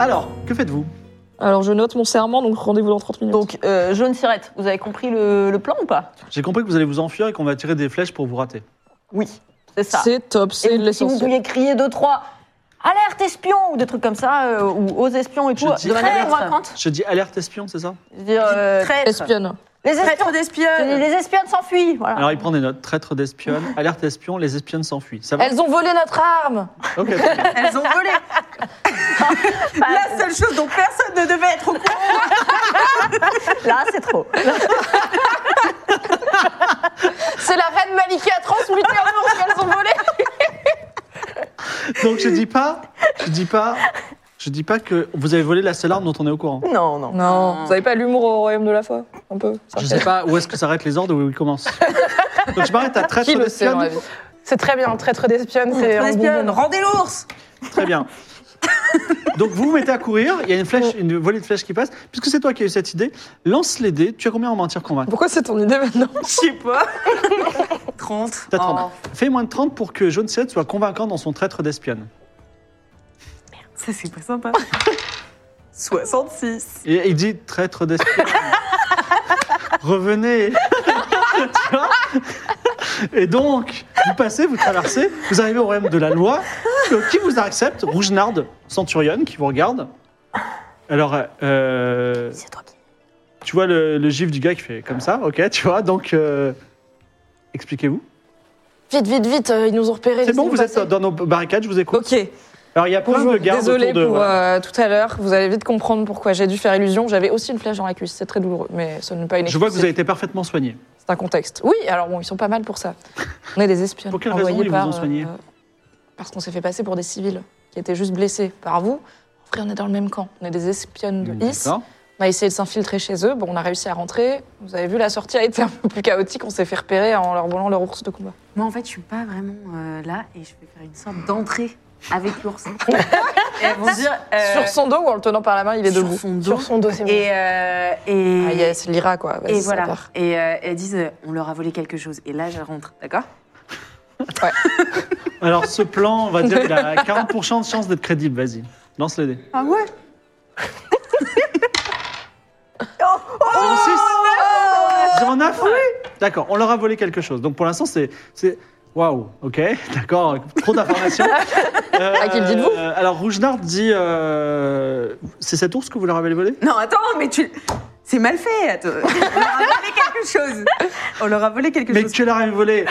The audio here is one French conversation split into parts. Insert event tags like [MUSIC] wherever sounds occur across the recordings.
Alors, que faites-vous Alors je note mon serment, donc rendez-vous dans 30 minutes. Donc, euh, jaune sirette, vous avez compris le, le plan ou pas J'ai compris que vous allez vous enfuir et qu'on va tirer des flèches pour vous rater. Oui, c'est ça. c'est top, Et c'est si vous l'essentiel. pouviez crier deux, trois alerte espion ou des trucs comme ça, euh, ou aux espions et Je tout, dis- de manière Très convaincante. Je dis alerte espion, c'est ça Je veux dire, euh, Traître. Espionne. les espions, Traître d'espionne. les espionnes s'enfuient. Voilà. Alors il prend des notes. Traître [LAUGHS] d'espionne, alerte espion, les espionnes s'enfuient. Ça va Elles ont volé notre arme Ok. Elles ont volé. La seule chose dont personne ne devait être au courant. Là, c'est trop. C'est la reine Maliki à transmuté en ours qu'elles ont volé Donc je dis pas, je dis pas, je dis pas que vous avez volé la seule arme dont on est au courant. Non, non. [LAUGHS] Non, vous avez pas l'humour au royaume de la foi Un peu ça Je sais pas où est-ce que s'arrêtent les ordres et où ils commencent. Donc je m'arrête à traître Qui le sait dans la d'espionne. vie C'est très bien, traître d'espionne, c'est un bon espionne, bonhomme. rendez l'ours. Très bien. Donc vous vous mettez à courir, il y a une flèche, une volée de flèches qui passe. Puisque c'est toi qui as eu cette idée, lance les dés. Tu as combien en mentir convaincre Pourquoi c'est ton idée maintenant Je sais pas. 30. Oh. T'as 30. Fais moins de 30 pour que Jaune 7 soit convaincant dans son traître d'espionne. Ça, c'est pas sympa. 66. Et il dit traître d'espionne. Revenez. [LAUGHS] Tu vois Et donc, vous passez, vous traversez, vous arrivez au royaume de la loi. Euh, qui vous accepte Rougenarde, Centurion, qui vous regarde. Alors, euh, C'est toi qui. tu vois le, le gif du gars qui fait comme ça, ok, tu vois, donc euh, expliquez-vous. Vite, vite, vite, euh, ils nous ont repérés. C'est bon, laissez-nous vous êtes passer. dans nos barricades, je vous écoute. Ok, Alors, il y a plein bonjour, de gardes désolé autour de... pour voilà. euh, tout à l'heure, vous allez vite comprendre pourquoi j'ai dû faire illusion. J'avais aussi une flèche dans la cuisse, c'est très douloureux, mais ce n'est pas une Je vois que excuse, vous avez été parfaitement soigné. C'est un contexte. Oui, alors bon, ils sont pas mal pour ça. On est des espions. Pour quelle raison envoyés ils vous par, euh, ont soignés Parce qu'on s'est fait passer pour des civils qui étaient juste blessés par vous. Après, on est dans le même camp. On est des espionnes de IS. Hmm, D'accord. On a essayé de s'infiltrer chez eux. Bon, on a réussi à rentrer. Vous avez vu, la sortie a été un peu plus chaotique. On s'est fait repérer en leur volant leur ours de combat. Moi, en fait, je suis pas vraiment euh, là et je vais faire une sorte d'entrée avec l'ours. et elles vont dire. euh, Sur son dos ou en le tenant par la main, il est sur debout. son dos. Sur son dos, c'est bon. Et, euh, et, Ah yes, l'IRA, quoi. Vas-y, et ça voilà. part. Et euh, elles disent euh, on leur a volé quelque chose. Et là, je rentre, d'accord Alors, ce plan, on va dire, il a 40% de chance d'être crédible. Vas-y, lance les dés. Ah ouais Oh, 06 09 D'accord, on leur a volé quelque chose. Donc, pour l'instant, c'est. c'est- Waouh, ok, [LAUGHS] d'accord, trop d'informations. Euh, [LAUGHS] À qui le dites-vous euh, Alors, Rougenard dit euh, C'est cet ours que vous leur avez volé Non, attends, mais tu. C'est mal fait, attends. On leur a volé quelque chose. On leur a volé quelque Mais chose. tu leur as volé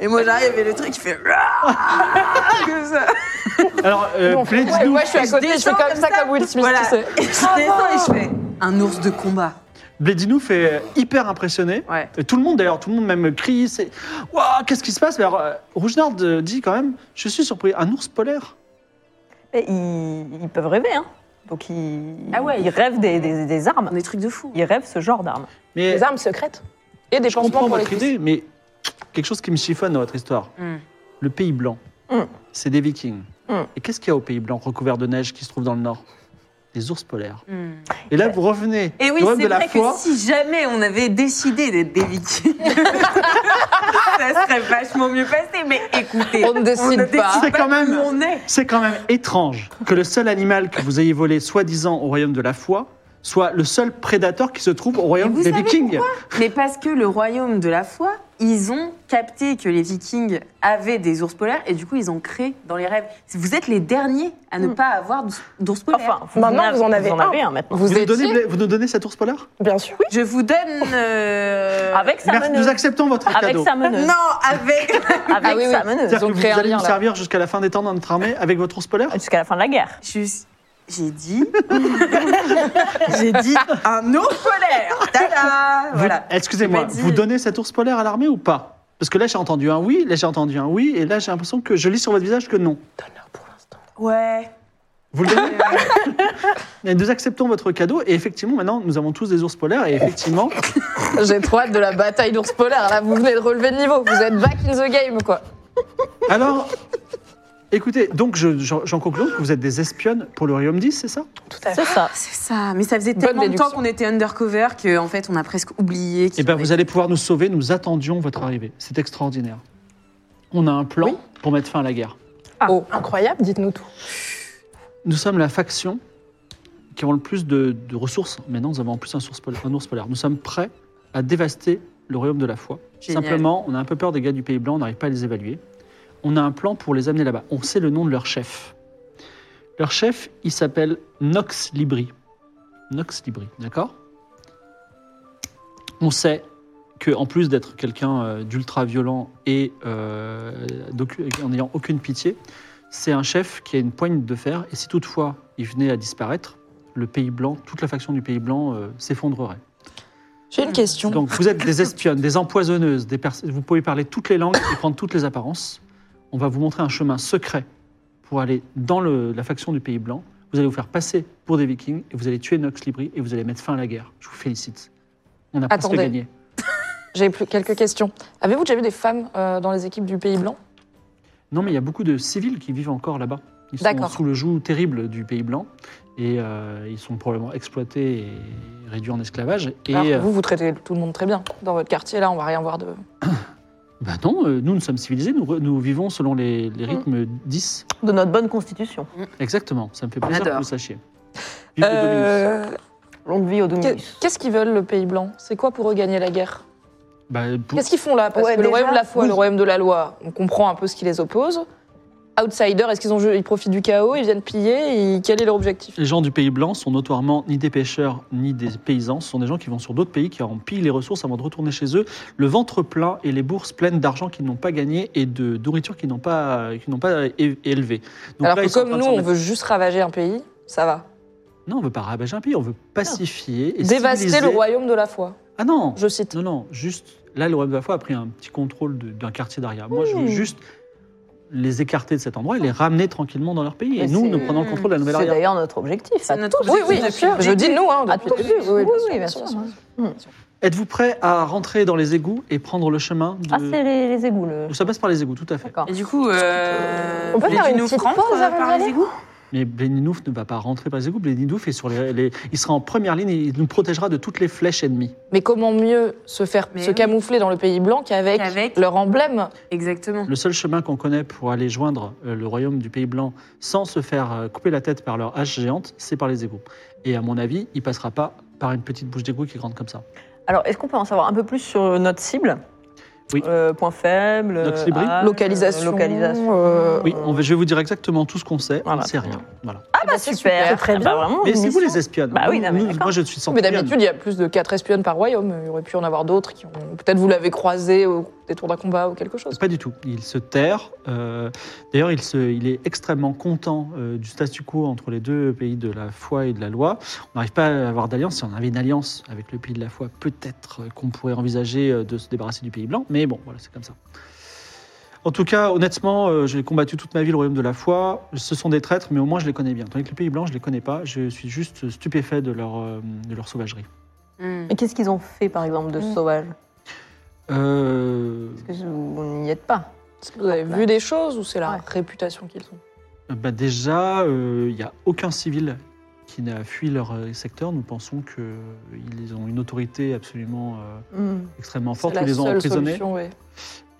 Et moi, j'arrive et le truc, il [LAUGHS] fait. Comme ça. Alors, euh, Nous, on fait- Play, ouais, dis-nous. moi, je suis à côté, je fais descends comme comme ça, ça. comme Will Smith, Voilà. tu sais. Et je descends et je fais. Un ours de combat. Blédinou fait hyper impressionné. Ouais. Et tout le monde d'ailleurs, tout le monde même crie, c'est Waouh, qu'est-ce qui se passe Mais Alors, euh, Rougenard euh, dit quand même Je suis surpris, un ours polaire Mais ils, ils peuvent rêver, hein. Donc ils, Ah ouais, ils rêvent des, des- des armes. On est truc de fou. Ils rêvent ce genre d'armes. Mais Des armes secrètes. Et des je comprends pansements pour les votre cuisses. idée, mais quelque chose qui me chiffonne dans votre histoire Mm. le pays blanc, Hmm. Mm. c'est des vikings. Mm. Et qu'est-ce qu'il y a au pays blanc recouvert de neige qui se trouve dans le nord Des ours polaires. Hmm. Et là, vous revenez Et oui, au royaume c'est de la vrai que foi. si jamais on avait décidé d'être des vikings, [LAUGHS] ça serait vachement mieux passé. Mais écoutez, On ne décide ne pas. C'est quand même- où on est. C'est quand même étrange que le seul animal que vous ayez volé, soi-disant, au royaume de la foi, soit le seul prédateur qui se trouve au royaume vous des savez vikings. Mais parce que le royaume de la foi, ils ont capté que les vikings avaient des ours polaires et du coup, ils ont créé dans les rêves. Vous êtes les derniers à ne pas avoir d'ours polaires. Enfin, vous Maintenant, en, vous en avez un. maintenant. Vous Vous, nous donnez, étiez... vous nous donnez cet ours polaire Bien sûr. je vous donne. euh, Avec sa Merci, Nous meneuse. acceptons votre Avec cadeau. sa meneuse. ben, Non, avec. Avec Ah oui, oui. sa meneuse. C'est-à-dire Ils ont que vous créé un allez lien, nous là. servir jusqu'à la fin des temps dans notre armée avec votre ours polaire Jusqu'à la fin de la guerre. Juste. J'ai dit. [LAUGHS] J'ai dit un ours polaire. Tada Vous- Voilà. Excusez-moi, J'ai pas dit. vous donnez cet ours polaire à l'armée ou pas Parce que là, j'ai entendu un oui, là, j'ai entendu un oui, et là, j'ai l'impression que je lis sur votre visage que non. Ouais. Vous le donnez Et [LAUGHS] Nous acceptons votre cadeau, et effectivement, maintenant, nous avons tous des ours polaires, et effectivement, J'ai trop hâte de la bataille d'ours polaire. Là, vous venez de relever le niveau. Vous êtes back in the game, quoi. Alors, écoutez, donc je- j'en j'en conclus que vous êtes des espionnes pour le Royaume 10, c'est ça C'est Ah. ça. C'est ça. Mais ça faisait Bonne tellement de temps déduction. qu'on était undercover qu'en fait, on a presque oublié. qu'il Eh bien, y avait- vous allez pouvoir nous sauver, nous attendions votre arrivée. C'est extraordinaire. On a un plan pour mettre fin à la guerre. Oh, incroyable, dites-nous tout. Nous sommes la faction qui avons le plus de, de ressources. Maintenant, nous avons en plus un, source polaire- un ours polaire. Nous sommes prêts à dévaster le Royaume de la foi. Génial. Simplement, on a un peu peur des gars du Pays Blanc, on n'arrive pas à les évaluer. On a un plan pour les amener là-bas. On sait le nom de leur chef. Leur chef, il s'appelle Nox Libri. Nox Libri, d'accord On sait que en plus d'être quelqu'un euh, d'ultra violent et euh, d'aucu- en n'ayant aucune pitié, c'est un chef qui a une poigne de fer. Et si toutefois il venait à disparaître, le Pays Blanc, toute la faction du Pays Blanc euh, s'effondrerait. J'ai une question. Donc vous êtes des espionnes, des empoisonneuses, des pers- vous pouvez parler toutes les langues et prendre toutes les apparences. On va vous montrer un chemin secret pour aller dans le- la faction du Pays Blanc. Vous allez vous faire passer pour des vikings et vous allez tuer Nox Libri et vous allez mettre fin à la guerre. Je vous félicite. On a presque Attendez. gagné. J'ai plus- quelques questions. Avez-vous déjà vu des femmes euh, dans les équipes du Pays Blanc Non mais il y a beaucoup de civils qui vivent encore là-bas. Ils sont D'accord. sous le joug terrible du Pays Blanc et euh, ils sont probablement exploités et réduits en esclavage. Et Alors, euh, Vous, vous traitez tout le monde très bien. Dans votre quartier, là, on va rien voir de. bah non, euh, nous nous sommes civilisés, nous, re- nous vivons selon les, Mm. les rythmes 10. De notre bonne constitution. Exactement, ça me fait plaisir J'adore. que vous sachiez. Vive le Dominus. Euh, Longue vie au qu'est- Dominus. Qu'est-ce qu'ils veulent, le Pays Blanc C'est quoi pour eux gagner la guerre Bah, pour- Qu'est-ce qu'ils font là Parce Ouais, que le déjà, royaume de la foi, oui. le royaume de la loi, on comprend un peu ce qui les oppose. Outsiders, est-ce qu'ils ont, ils profitent du chaos, ils viennent piller et Quel est leur objectif Les gens du Pays Blanc sont notoirement ni des pêcheurs ni des paysans, ce sont des gens qui vont sur d'autres pays, qui en pillent les ressources avant de retourner chez eux, le ventre plein et les bourses pleines d'argent qu'ils n'ont pas gagné et de nourriture qu'ils n'ont pas, qu'ils n'ont pas é- élevée. Donc Alors là, que ils sont en comme train de nous, s'en on mettre- veut juste ravager un pays, ça va. Non, on veut pas rabager un pays, on veut pacifier et Dévaster le civiliser- royaume de la foi, Ah non je cite. Non, non, juste. Là, le royaume de la foi a pris un petit contrôle de- d'un quartier derrière. Moi, Hmm. je veux juste les écarter de cet endroit et les ramener tranquillement dans leur pays. Et Mais nous, c'est- nous prenons le contrôle de la nouvelle C'est arrière. d'ailleurs notre objectif. C'est notre Oui, objectif oui, depuis- je dis nous, hein, À depuis tout le début. Oui, oui, bien sûr, bien bien sûr. sûr. Êtes-vous prêt à rentrer dans les égouts et prendre le chemin de... Mm. Ah, c'est les, les égouts, le. Ça passe par les égouts, tout à fait. D'accord. Et du coup, euh, On peut faire une Blédinouf petite rentre, pause euh, avant par d'y les aller égouts Mais Bléninouf ne va pas rentrer par les égouts. Bléninouf est sur les, les- Il sera en première ligne et il nous protégera de toutes les flèches ennemies. Mais comment mieux se faire Mais se oui. camoufler dans le pays blanc qu'avec Qu'avec- leur emblème Exactement. Mm. Le seul chemin qu'on connaît pour aller joindre euh, le royaume du Pays Blanc sans se faire euh, couper la tête par leur hache géante, c'est par les égouts. Et à mon avis, il passera pas par une petite bouche d'égout qui est grande comme ça. Alors, est-ce qu'on peut en savoir un peu plus sur notre cible Oui. Euh, point faible, Notre euh, cible. âge, Localisation. localisation. euh, Oui, on va- je vais vous dire exactement tout ce qu'on sait. On Voilà. ne sait rien. Voilà. Ah bah c'est super, super. c'est très bien. vraiment, mais une c'est vous les mission. espionnes. Bah oui, non, mais Nous- d'accord. moi, je suis sans Mais d'habitude, il y a plus de 4 espionnes par royaume. Il aurait pu en avoir d'autres qui ont. Peut-être vous l'avez croisé au détour d'un combat ou quelque chose. Pas du tout. Il se terre. euh, D'ailleurs, il, se- il est extrêmement content euh, du statu quo entre les deux pays de la foi et de la loi. On n'arrive pas à avoir d'alliance. Si on avait une alliance avec le pays de la foi, peut-être euh, qu'on pourrait envisager euh, de se débarrasser du pays blanc. Mais bon, voilà, c'est comme ça. En tout cas, honnêtement, euh, j'ai combattu toute ma vie le royaume de la foi. Ce sont des traîtres, mais au moins je les connais bien. Tandis que le pays blanc, je les connais pas. Je suis juste stupéfait de leur, euh, de leur sauvagerie. Hmm. Mais qu'est-ce qu'ils ont fait, par exemple, de Mm. sauvage Euh, Parce que vous n'y êtes pas. Mm. Est-ce que vous avez vu des choses ou c'est la Ouais. réputation qu'ils ont Euh, bah Déjà, euh, il n'y a aucun civil qui n'a fui leur euh, secteur. Nous pensons qu'ils ont une autorité absolument euh, extrêmement C'est forte, la qui les ont seule emprisonnés. solution, ouais.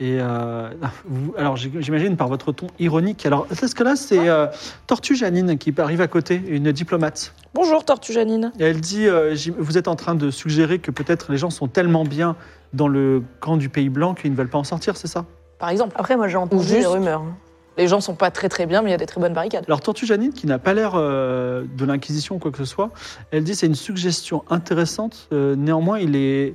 Et euh, [LAUGHS] vous- alors, j'ai- j'imagine par votre ton ironique. Alors, est-ce que là, c'est euh, Tortue Janine qui arrive à côté, une diplomate Bonjour Tortue Janine. et elle dit euh, j'im- Vous êtes en train de suggérer que peut-être les gens sont tellement bien dans le camp du Pays Blanc qu'ils ne veulent pas en sortir, c'est ça Par exemple, Après, moi, j'ai entendu juste- des rumeurs. les gens sont pas très très bien, mais il y a des très bonnes barricades. Alors Tortue Janine, qui n'a pas l'air euh, de l'Inquisition ou quoi que ce soit, elle dit c'est une suggestion intéressante. Euh, néanmoins, il est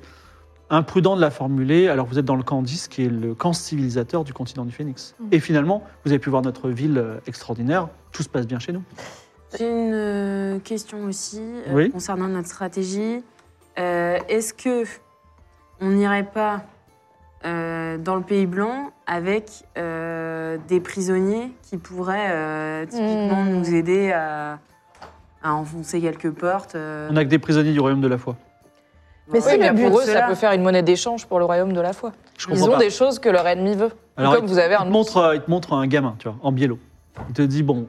imprudent de la formuler. Alors vous êtes dans le camp 10, qui est le camp civilisateur Mm. du continent du Phénix. Et finalement, vous avez pu voir notre ville euh, extraordinaire. Tout se passe bien chez nous. J'ai une euh, question aussi euh, Oui. concernant notre stratégie. Euh, Est-ce que on n'irait pas euh, dans le Pays Blanc avec euh, des prisonniers qui pourraient euh, typiquement Hmm. nous aider à, à enfoncer quelques portes euh, On a que des prisonniers du royaume de la foi. Mais ouais. c'est Oui, mais le but. pour eux, ça Cela. peut faire une monnaie d'échange pour le royaume de la foi. Je Ils comprends ont pas. des choses que leur ennemi veut. Alors, Comme il- vous avez il, un te montre, euh, il te montre un gamin, tu vois, en biello. Il te dit, bon,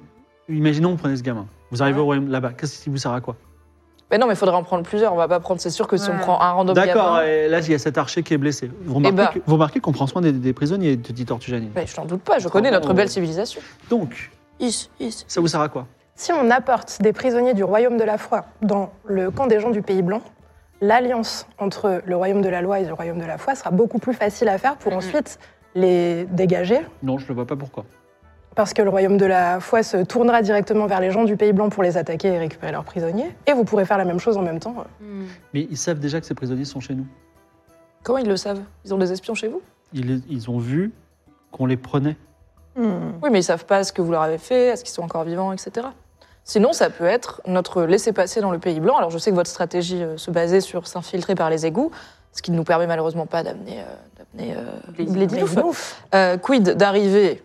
imaginons, prenez ce gamin. Vous arrivez au royaume là-bas, qu'est-ce qui vous sert à quoi Mais non, mais il faudrait en prendre plusieurs. On va pas prendre. C'est sûr que si on Ouais. prend un random D'accord, gamin- et là, il y a cet archer qui est blessé. Vous remarquez, bah. que- vous remarquez qu'on prend soin des, des prisonniers, te dit Tortuganine. Mais je n'en doute pas. Je connais notre Oh. belle civilisation. Donc, Is, is. ça vous sert à quoi Si on apporte des prisonniers du royaume de la foi dans le camp des gens du Pays Blanc, l'alliance entre le royaume de la loi et le royaume de la foi sera beaucoup plus facile à faire pour ensuite les dégager Non, je ne vois pas pourquoi. Parce que le royaume de la foi se tournera directement vers les gens du Pays Blanc pour les attaquer et récupérer leurs prisonniers. Et vous pourrez faire la même chose en même temps. Hmm. Mais ils savent déjà que ces prisonniers sont chez nous. Comment ils le savent Ils ont des espions chez vous Ils, ils ont vu qu'on les prenait. Oui, mais ils savent pas ce que vous leur avez fait, est-ce qu'ils sont encore vivants, etc. Sinon, ça peut être notre laisser-passer dans le pays blanc. Alors, je sais que votre stratégie euh, se basait sur s'infiltrer par les égouts, ce qui ne nous permet malheureusement pas d'amener euh, d'amener, euh, Blédinouf. Blédinouf. Euh, quid d'arriver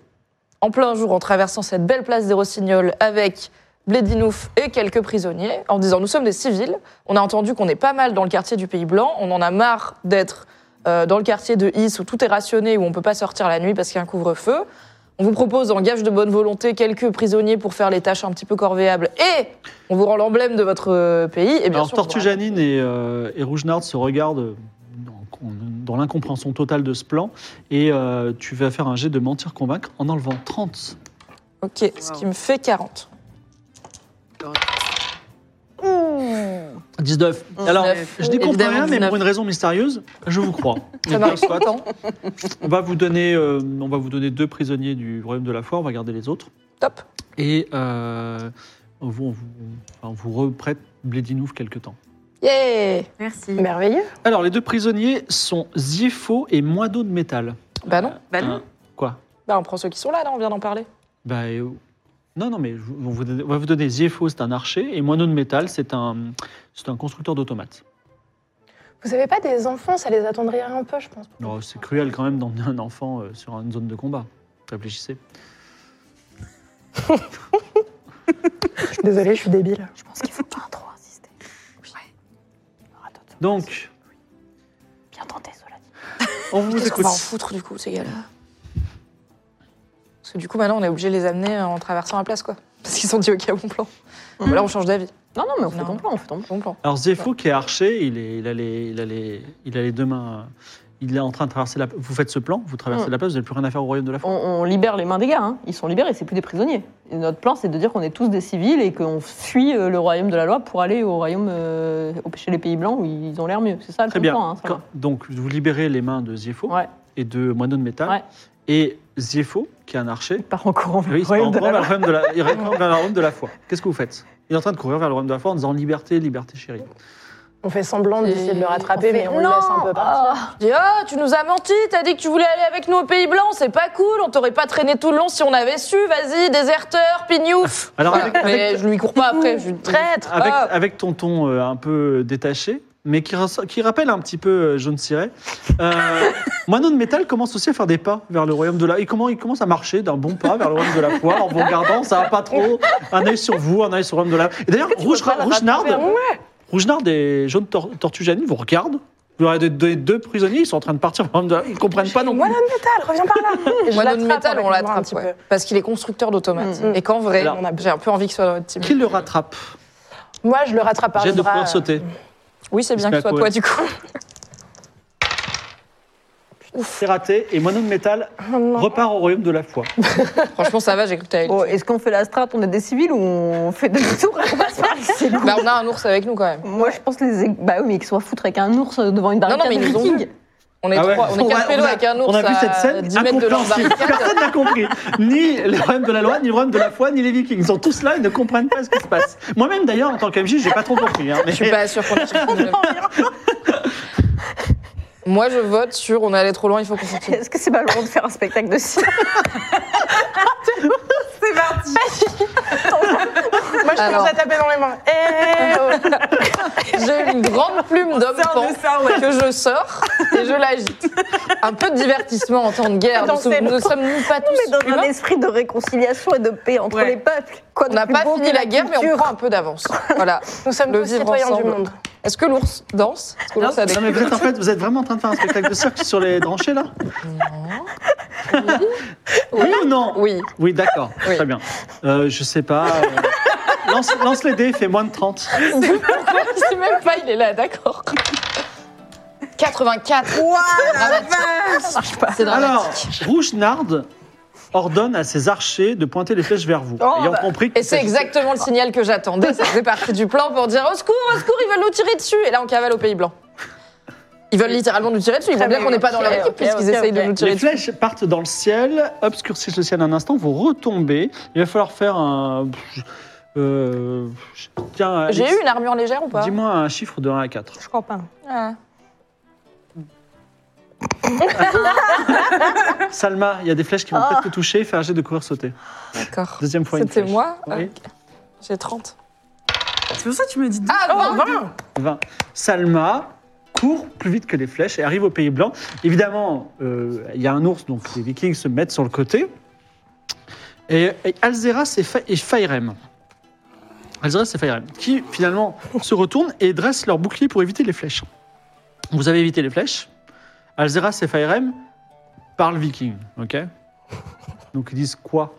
en plein jour en traversant cette belle place des Rossignols avec Blédinouf et quelques prisonniers en disant nous sommes des civils, on a entendu qu'on est pas mal dans le quartier du Pays Blanc, on en a marre d'être euh, dans le quartier de Is où tout est rationné, où on peut pas sortir la nuit parce qu'il y a un couvre-feu. On vous propose en gage de bonne volonté quelques prisonniers pour faire les tâches un petit peu corvéables et on vous rend l'emblème de votre euh, pays. Et bien Alors, sûr, on vous raconte. Tortuganine et, euh, et Rougenard se regardent dans, dans l'incompréhension totale de ce plan. Et euh, tu vas faire un jet de mentir-convaincre en enlevant 30. Ok, ce qui me fait 40. 19. Alors, je n'y comprends Évidemment, rien, mais 19. pour une raison mystérieuse, je vous crois. [LAUGHS] Ça Mais marche soit, autant. on, va vous donner, euh, on va vous donner deux prisonniers du Royaume de la Foi, on va garder les autres. Top. Et euh, on, vous, on vous- on vous reprête Blédinouf quelque temps. Yeah Merci. Merveilleux. Alors, les deux prisonniers sont Ziefo et Moineau de Métal. Bah non, Bah non. Euh, quoi bah on prend ceux qui sont là, là, on vient d'en parler. Bah, euh, non, non, mais je- on, vous donne- on va vous donner Ziefo, c'est un archer, et Moineau de Métal, c'est un, c'est un constructeur d'automates. Vous avez pas des enfants, ça les attendrirait un peu, je pense. Alors, Oh, C'est cruel quand même d'emmener un enfant euh, sur une zone de combat. Réfléchissez. Désolée, je suis débile. Je pense qu'il faut pas trop insister. Donc, Bien tenté, cela dit. on vous Qu'est-ce qu'on écoute. va en foutre du coup, ces gars-là Parce que du coup, maintenant, on est obligé de les amener euh, en traversant la place, quoi. Parce qu'ils sont dit OK à bon plan. Mhm. Bon, Là, on change d'avis. Non, non, mais on fait Non. ton plan, on fait ton plan. Bon plan. Alors, Ziefo, qui est archer, il, est, il, a les, il, a les, il a les deux mains. euh, Il est en train de traverser la. Vous faites ce plan, vous traversez Mm. la place, vous n'avez plus rien à faire au royaume de la On, foi. on libère les mains des gars, hein. ils sont libérés, c'est plus des prisonniers. Et notre plan, c'est de dire qu'on est tous des civils et qu'on fuit euh, le royaume de la loi pour aller au royaume euh, au- chez les Pays Blancs où ils ont l'air mieux. C'est ça le Très bon bien. plan. hein, ça Quand- donc, vous libérez les mains de Ziefo Ouais. et de Moineau de Métal. Ouais. Et Ziefo, qui est un archer, va. Part en courant vers Oui, le il se prend royaume de la loi. vers le royaume de la- [LAUGHS] il rentre vers le royaume de la foi. Qu'est-ce que vous faites Il est en train de courir vers le royaume de la foi en disant liberté, liberté chérie. On fait semblant d'essayer de le rattraper, On fait, mais on le non, laisse un peu partir. Je dis Oh, tu nous as menti, t'as dit que tu voulais aller avec nous au Pays Blanc, c'est pas cool, on t'aurait pas traîné tout le long si on avait su, vas-y, déserteur, pignouf Alors [LAUGHS] Voilà. avec, avec- Mais je lui cours pas après, je lui dis traître avec- ah. avec ton ton euh, un peu détaché, mais qui, res- qui rappelle un petit peu euh, Jaune Ciré, euh, Moineau de Métal commence aussi à faire des pas vers le royaume de la... Il commence, il commence à marcher d'un bon pas vers le royaume de la foi en vous regardant, ça va pas trop, un œil sur vous, un œil sur le royaume de la... Et d'ailleurs, Rouge, Rougenard, Rougenard et Jaune Tor- Tortugani vous regardent, vous leur avez donné deux prisonniers, ils sont en train de partir vers le royaume de la... Ils comprennent pas non plus. Voilà le métal, reviens par là. [LAUGHS] Et je Moi, de l'attrape métal, avec on le bras l'attrape, ouais. [LAUGHS] parce qu'il est constructeur d'automates. Mm, mm. Et qu'en vrai, Alors, on a- j'ai un peu envie qu'il soit dans notre team. Qui le rattrape peu. Moi, je le rattrape par J'ai le de bras. pouvoir euh, sauter. Oui, c'est bien Parce que que ce soit la toi, du coup. C'est raté. Et Moineau de Métal repart au royaume de la foi. [LAUGHS] Franchement, ça va, j'ai cru que t'avais Bon, Oh, est-ce qu'on fait la strat On est des civils ou on fait demi-tour et on [LAUGHS] passe par ici Bah, on a un ours avec nous quand même. Moi, je pense que les. Bah oui, mais qu'ils soient foutre avec un ours devant une barricade mais ils de nous ont vikings. On est Ah ouais. trois, on est a- quatre pélos a- avec un ours. on a vu à cette scène 10 mètres de leur incompréhensible. barricade. Personne n'a compris. Ni le royaume de la loi, ni le royaume de la foi, ni les vikings. Ils sont tous là, ils ne comprennent pas ce qui se passe. Moi-même, d'ailleurs, en tant qu'MJ, j'ai pas trop compris. hein, mais- Je suis pas sûre qu'on ait Moi, je vote sur on est allé trop loin, il faut qu'on continue. Est-ce que c'est pas le moment de faire un spectacle de cirque C'est parti. Moi, je commence à taper dans les mains. Eh, oh. J'ai une grande plume d'homme pan que je sors et je l'agite. Un peu de divertissement en temps de guerre. Attends, Nous sommes- c'est le- nous sommes-nous pas Mais dans tous un humains esprit de réconciliation et de paix entre Ouais. les peuples. Quoi de On n'a plus pas beau fini que la guerre, mais on culture prend un peu d'avance. Voilà. Nous sommes Le tous vivre citoyens ensemble. du monde. Est-ce que l'ours danse Est-ce que l'ours a des Non, mais vous êtes en fait, vous êtes vraiment en train de faire un spectacle de cirque sur les tranchées là Oui. ou non Oui. Oui, d'accord, Oui. très bien. Euh, je sais pas. euh, lance, lance les dés, fait moins de 30. Je sais même pas, il est là, d'accord. 84. Dramatique. C'est Alors, dramatique. Rougenard ordonne à ses archers de pointer les flèches vers vous, ayant compris que Oh, Et c'est exactement le signal que j'attendais. Ça faisait partie du plan pour dire au secours, au secours, ils veulent nous tirer dessus. Et là, on cavale au Pays Blanc. Ils veulent littéralement nous tirer dessus. Ils voient bien qu'on n'est pas dans leur équipe puisqu'ils essayent de nous tirer les dessus. flèches partent dans le ciel, obscurcissent le ciel un instant, vous retombez. Il va falloir faire un. euh, tiens, Alex, J'ai eu une armure légère ou pas Dis-moi un chiffre de 1 à Ah. 4. Je crois pas. [LAUGHS] Salma, il y a des flèches qui vont peut-être te toucher, fais un jet de courir sauter. D'accord. Deuxième fois une Oh. C'était flèche. moi Oui, J'ai 30. C'est pour ça que tu me dis. Ah, non, 20. Salma court plus vite que les flèches et arrive au Pays Blanc. Évidemment, euh, il y a un ours, donc les vikings se mettent sur le côté. Et, et Alzeras et, Fa- et Fairem. Alzeras et Fairem, qui finalement se retournent et dressent leur bouclier pour éviter les flèches. Vous avez évité les flèches. Alzeras et Fairem parlent viking, ok Donc ils disent quoi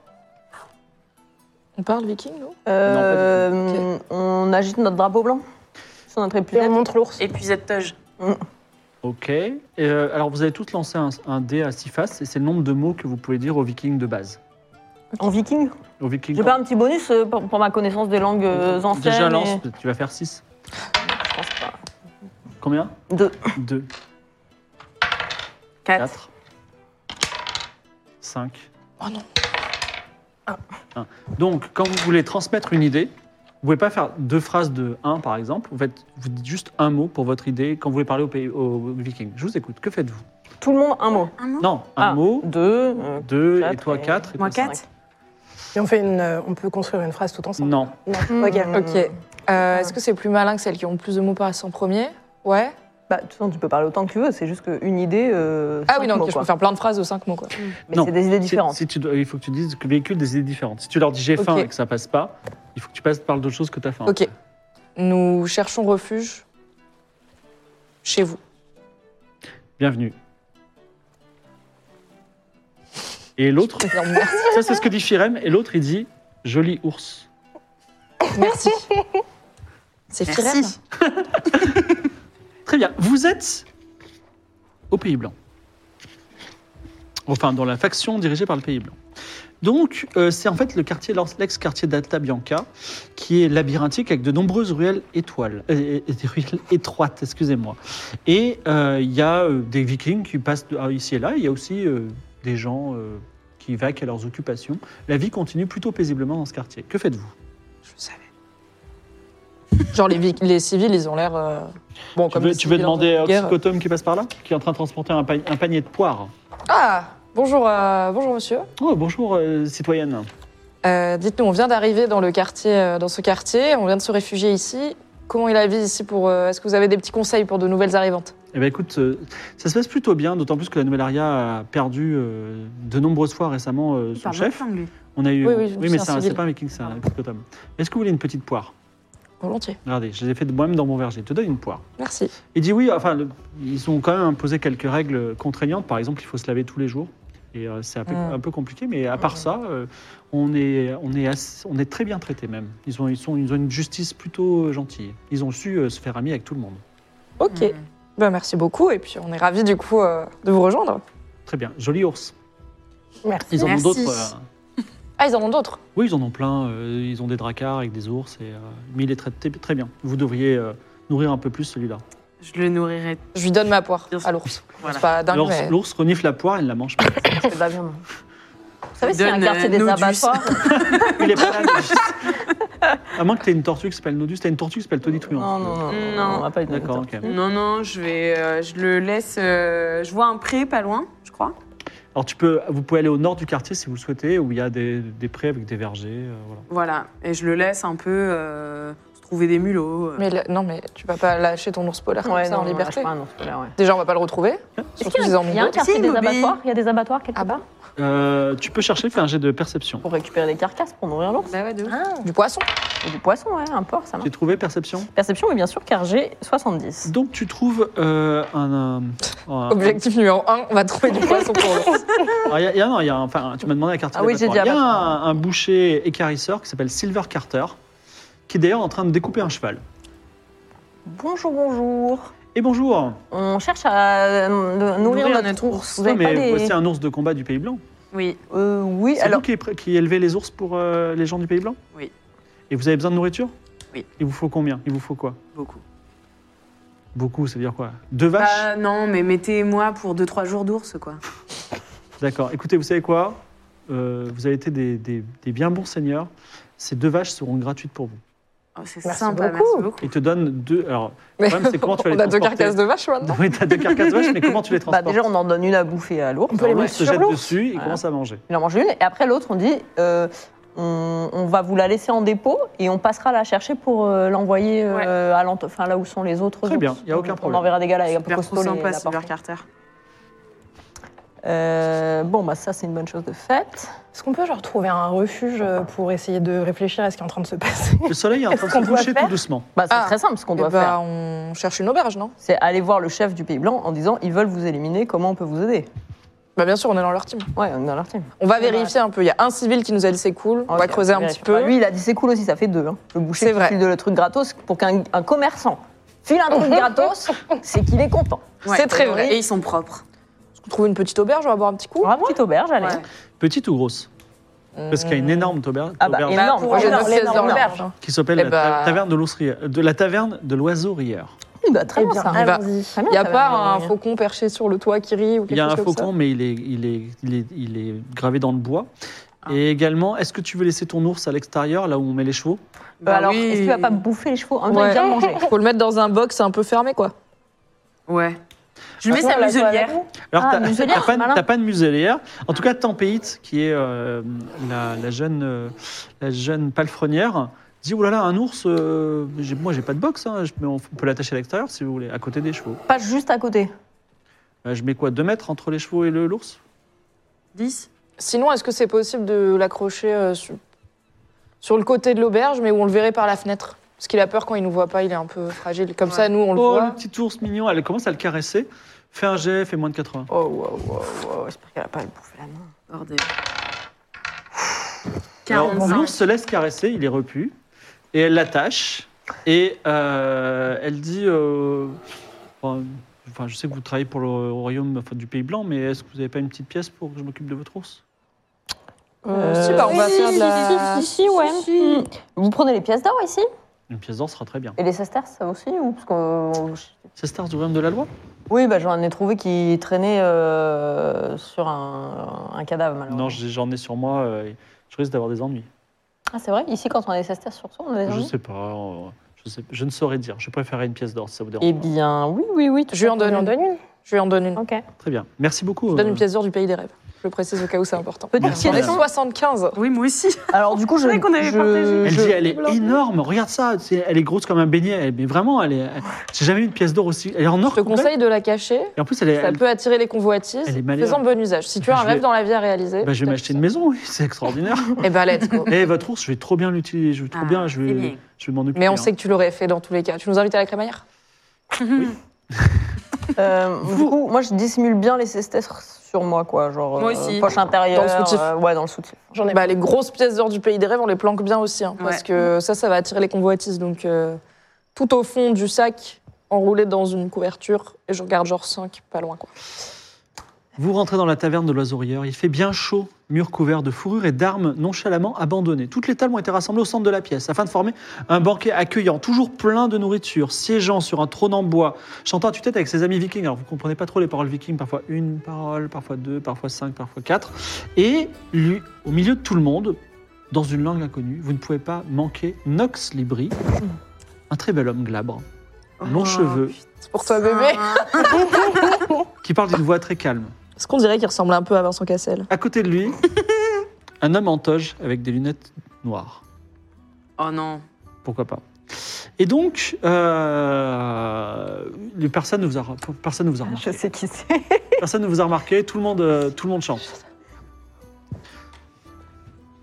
On parle viking, nous Euh, On agite notre drapeau blanc sur notre Et on épaulette. montre l'ours. Et puis cette toge. Ok. Et, euh, alors, vous avez tous lancé un, un dé à six faces et c'est le nombre de mots que vous pouvez dire aux vikings de base. En viking Aux vikings. J'ai pas un petit bonus euh, pour, pour ma connaissance des langues euh, anciennes Déjà, et- lance, tu vas faire 6. Je pense pas. Combien Deux. 2, 4. 4, 5. Oh non. Donc, quand vous voulez transmettre une idée, vous pouvez pas faire deux phrases de 1 par exemple. Vous, faites, vous dites juste un mot pour votre idée quand vous voulez parler aux, pays- aux vikings. Je vous écoute. Que faites-vous Tout le monde, un mot. Non, un Ah, mot, Deux. euh, deux, et quatre toi et- 4. Moi 4. Et on, fait une, euh, on peut construire une phrase tout ensemble. Non. Mm. Hmm. Ok. Ok. Euh, Est-ce que c'est plus malin que celles qui ont le plus de mots par 100 premiers Ouais. Bah, de toute façon, tu peux parler autant que tu veux, c'est juste qu'une idée. euh, Ah cinq oui, non, mots, ok, je quoi. peux faire plein de phrases aux 5 mots, quoi. Mais Non. c'est des idées Si- différentes. si tu dois- il faut que tu dises que véhicule des idées différentes. Si tu leur dis j'ai faim Ok. et que ça passe pas, il faut que tu passes parles d'autre chose que t'as faim. Ok. Nous cherchons refuge chez [LAUGHS] vous. Bienvenue. Et [LAUGHS] l'autre, Non, mer- ça c'est ce que dit Firem, et l'autre il dit joli ours. Merci. C'est Firem. Merci. Très bien. Vous êtes au Pays Blanc. Enfin, dans la faction dirigée par le Pays Blanc. Donc, euh, c'est en fait le quartier, l'ex-quartier d'Alta Bianca, qui est labyrinthique avec de nombreuses ruelles étoiles, euh, euh, des ruelles [LAUGHS] étroites, excusez-moi. Et euh, il y a euh, des Vikings qui passent de- ah, ici et là. Il y a aussi euh, des gens euh, qui vaquent à leurs occupations. La vie continue plutôt paisiblement dans ce quartier. Que faites-vous Genre, les, vi- les civils, ils ont l'air. euh, Bon, Tu comme veux, les tu veux civils en demander à temps de guerre. Oxycotome qui passe par là, qui est en train de transporter un pa- un panier de poires Ah Bonjour, euh, bonjour monsieur. Oh, bonjour, euh, citoyenne. Euh, Dites-nous, on vient d'arriver dans le quartier, euh, dans ce quartier, on vient de se réfugier ici. Comment est la vie ici pour euh, Est-ce que vous avez des petits conseils pour de nouvelles arrivantes Eh ben écoute, euh, ça se passe plutôt bien, d'autant plus que la nouvelle aria a perdu euh, de nombreuses fois récemment euh, son chef. On a eu, Oui, oui, je me mais souviens, c'est un- civil. c'est pas un viking, c'est un expotum. Est-ce que vous voulez une petite poire Volontiers. Regardez, je les ai fait de moi-même dans mon verger. Je te donne une poire. Merci. Il dit oui, enfin, le- ils ont quand même imposé quelques règles contraignantes. Par exemple, il faut se laver tous les jours. Et euh, c'est un peu, Mm. un peu compliqué, mais à part ça, euh, on, est, on, est assez- on est très bien traités même. Ils ont, ils, sont, ils ont une justice plutôt euh, gentille. Ils ont su euh, se faire amis avec tout le monde. Ok. Hmm. Ben, merci beaucoup et puis on est ravis du coup euh, de vous rejoindre. Très bien. Joli ours. Merci. Ils en ont Merci. d'autres. euh, Ah, ils en ont d'autres Oui, ils en ont plein. euh, ils ont des dracars avec des ours. Et, euh, mais il est très, très bien. Vous devriez euh, nourrir un peu plus celui-là. Je le nourrirai. Je lui donne ma poire Bien sûr. à l'ours. Voilà. C'est pas dingue, L'ours mais... l'ours renifle la poire et ne la mange pas. C'est de la viande. Vous savez, c'est un Donne, quartier euh, des Nodus. abattoirs. Il est pas là, Nodus. À moins que tu aies une tortue qui s'appelle Nodus. T'as une tortue qui s'appelle Tonitruant. Non, non, non, Non. on va pas être D'accord, Ah ok. Non, non, je vais. euh, je le laisse. euh, je vois un pré pas loin, je crois. En Alors tu peux, vous pouvez aller au nord du quartier si vous le souhaitez, où il y a des, des prés avec des vergers. euh, voilà. Voilà, et je le laisse un peu euh, se trouver des mulots. euh. Mais là- non, mais tu vas pas lâcher ton ours polaire comme ça en liberté. Déjà, on va pas le retrouver. Est-ce Surtout qu'il y s'ils a en un ont lien, d'autres. car Si, c'est des Bobby. abattoirs Il y a des abattoirs quelque Ah bah part Euh, tu peux chercher, fais un jet de perception. Pour récupérer des carcasses, pour nourrir l'ours. Bah ouais, de ouf. Du poisson Et du poisson, ouais, un porc, ça marche. J'ai trouvé perception. Perception, oui, bien sûr, car j'ai 70. Donc tu trouves euh, un, un- Ah, un- Objectif numéro 1, on va trouver du poisson [LAUGHS] pour l'ours. Alors, il y a- il y a- non, il y a un- enfin, tu m'as demandé un quartier. Ah oui, j'ai d'abattoir. dit Il y a un, un boucher écarisseur qui s'appelle Silver Carter, qui est d'ailleurs en train de découper un cheval. Bonjour, bonjour. Et bonjour. On cherche à euh, nourrir, Nourrir notre notre ours. Vous Non, avez mais pas des... voici un ours de combat du Pays Blanc. Oui, Euh, oui, C'est alors vous qui, pré- qui élevez les ours pour euh, les gens du Pays Blanc Oui. Et vous avez besoin de nourriture Oui. Il vous faut combien Il vous faut quoi beaucoup. Beaucoup, ça veut dire quoi Deux vaches Bah, non, mais mettez-moi pour 2-3 jours d'ours, quoi. D'accord. Écoutez, vous savez quoi Euh, Vous avez été des, des- des bien bons seigneurs. Ces deux vaches seront gratuites pour vous. Oh, c'est Merci sympa, beaucoup. merci beaucoup. Ils te donnent deux. Alors, Mais problème, c'est comment tu vas les [LAUGHS] on a deux transporter carcasses de vache maintenant. oui, t'as deux carcasses de vaches, mais comment tu les bah, transportes déjà, on en donne une à bouffer à l'ours. On peut les Alors, l'ours mettre se sur jette l'ours. dessus, il Voilà. commence à manger. Il en mange une. Et après, l'autre, on dit euh, on, on va vous la laisser en dépôt et on passera la chercher pour euh, l'envoyer euh, à l'ent- enfin, là où sont les autres. Très ours. bien, y a aucun On- problème. On enverra des gars là, un peu Super trop costauds. les- sympa, là, par Silver contre. Carter. Euh, bon, bah, ça, c'est une bonne chose de faite. Est-ce qu'on peut genre trouver un refuge euh, pour essayer de réfléchir à ce qui est en train de se passer [LAUGHS] Le soleil est en Est-ce train de qu'on se doit coucher faire tout doucement. Bah, c'est Ah. très simple ce qu'on Eh doit bah, faire. on cherche une auberge, non C'est aller voir le chef du Pays Blanc en disant ils veulent vous éliminer, comment on peut vous aider Bah bien sûr, on est dans leur team. Ouais, on est dans leur team. On va vérifier un peu. Il y a un civil qui nous a dit c'est cool. On va Ok, creuser un vérifie. petit peu. Enfin, lui, il a dit Oh, c'est cool aussi, ça fait deux. hein. Le boucher C'est qui vrai. file de le truc gratos pour qu'un un commerçant file un [LAUGHS] truc gratos, c'est qu'il est content. C'est très et- vrai. Et ils sont propres. On trouve une petite auberge, on va boire un petit coup. On va à petite auberge, allez. Bah, Ouais. Petite ou grosse Parce qu'il y a une énorme auberge Ah bah, auberge énorme. Moi, j'ai énorme, notre sieste dans énorme. l'auberge. qui s'appelle Eh la ta- bah. taverne de l'ours rieur- de la taverne de l'oiseau rieur. Oui, bah, très Eh bien, bien, ça. va. allons-y. Très bien, Il n'y ben, a ça pas va, Euh, un ouais. faucon perché sur le toit qui rit ou quelque Il y a un chose comme ça faucon, mais il est, il, est, il, est, il, est, gravé dans le bois. Et également, est-ce que tu veux laisser ton ours à l'extérieur, là où on met les chevaux Bah, Bah alors, oui. est-ce qu'il va pas bouffer les chevaux En même temps, il Ouais. vient de manger. Faut le mettre dans un box un peu fermé, quoi. Ouais. Je lui mets Sinon, sa on la joue avec muselière. Alors, Ah, t'as- muselière, t'as pas, malin. t'as pas de muselière. En tout cas, Tempéite, qui est euh, la, la jeune, euh, la jeune palefrenière, dit Oh là là, un ours, euh, j'ai- moi j'ai pas de box, hein, je- mais on f- on peut l'attacher à l'extérieur si vous voulez, à côté des chevaux. Pas juste à côté. Euh, Je mets quoi, 2 mètres entre les chevaux et le- l'ours 10 Sinon, est-ce que c'est possible de l'accrocher euh, sur... sur le côté de l'auberge, mais où on le verrait par la fenêtre Parce qu'il a peur quand il nous voit pas, il est un peu fragile. Comme Ouais. ça, nous, on le Oh, le voit. petit ours mignon, elle commence à le caresser. Fais un jet, fais moins de 80. Oh, wow, wow, wow. J'espère qu'elle a pas bouffé la main. Bordel. Alors, 45. L'ours se laisse caresser, il est repu, et elle l'attache, et euh, elle dit, euh, enfin, enfin, je sais que vous travaillez pour le royaume enfin, du Pays Blanc, mais est-ce que vous n'avez pas une petite pièce pour que je m'occupe de votre ours Euh, si, bah, on va si, faire de si, la- Si, si, si, ouais. Hmm. Vous prenez les pièces d'or ici Une pièce d'or sera très bien. Et les sesterces, ça aussi ou parce que... C'est Stars du royaume de la loi Oui, bah, j'en ai trouvé qui traînait euh, sur un, un cadavre, malheureusement. Non, j'ai- j'en ai sur moi, euh, je risque d'avoir des ennuis. Ah, c'est vrai Ici, quand on a des sesterces sur soi, on Ah a des Je ennuis sais pas, euh, je, sais, je ne saurais dire, je préférerais une pièce d'or si ça vous dérange. Eh pas. bien, oui, oui, oui. tout Je lui en à fait. Bah, donne une. Je lui en donne une. Ok. Très bien, merci beaucoup. Je donne euh, une pièce d'or du pays des rêves. Je le précise au cas où c'est important. Petite Merci, J'en ai madame. question. 75. Oui, moi aussi. [LAUGHS] Alors, du coup, je. C'est vrai qu'on avait je- partagé. Elle je- dit, elle est énorme, regarde ça, c'est- elle est grosse comme un beignet, elle- mais vraiment, elle est. elle- J'ai jamais eu une pièce d'or aussi. Elle est en or. Je te complet. conseille de la cacher. Et en plus, elle est. Ça elle- peut attirer les convoitises. Elle est malléable. Faisons bon usage. Si tu as Je un vais- rêve dans la vie à réaliser. Bah, je vais m'acheter une maison, oui, [LAUGHS] c'est extraordinaire. Eh ben, [LAUGHS] let's go. Et votre ours, je vais trop bien l'utiliser, je vais trop Ah, bien, je c'est vais, bien. je vais m'en occuper. Mais on hein. sait que tu l'aurais fait dans tous les cas. Tu nous invites à la crémaillère euh, du coup, moi, je dissimule bien les sesterces sur moi, quoi. Genre, Moi euh, aussi. poche intérieure. Dans le soutif. euh, ouais, dans le soutif. J'en ai Bah, les grosses pièces d'or du pays des rêves, on les planque bien aussi, hein, parce Ouais. que ça, ça va attirer les convoitises. Donc, euh, tout au fond du sac, enroulé dans une couverture, et je regarde genre 5, pas loin. Quoi. Vous rentrez dans la taverne de l'oiseau-rieur, il fait bien chaud, mur couvert de fourrures et d'armes nonchalamment abandonnées. Toutes les tables ont été rassemblées au centre de la pièce afin de former un banquet accueillant, toujours plein de nourriture, siégeant sur un trône en bois, chantant à tue-tête avec ses amis vikings. Alors vous comprenez pas trop les paroles vikings, parfois une parole, parfois deux, parfois cinq, parfois quatre. Et lui, au milieu de tout le monde, dans une langue inconnue, vous ne pouvez pas manquer Nox Libri, un très bel homme glabre, longs Oh, cheveux, Ah. C'est pour toi, bébé. putain. qui parle d'une voix très calme. Est-ce qu'on dirait qu'il ressemble un peu à Vincent Cassel À côté de lui, [LAUGHS] un homme en toge avec des lunettes noires. Oh non. Pourquoi pas Et donc, euh, les- personne ne vous a, personne ne vous a Ah, remarqué. Je sais qui [LAUGHS] c'est. Personne ne vous a remarqué. Tout le monde, euh, tout le monde chante.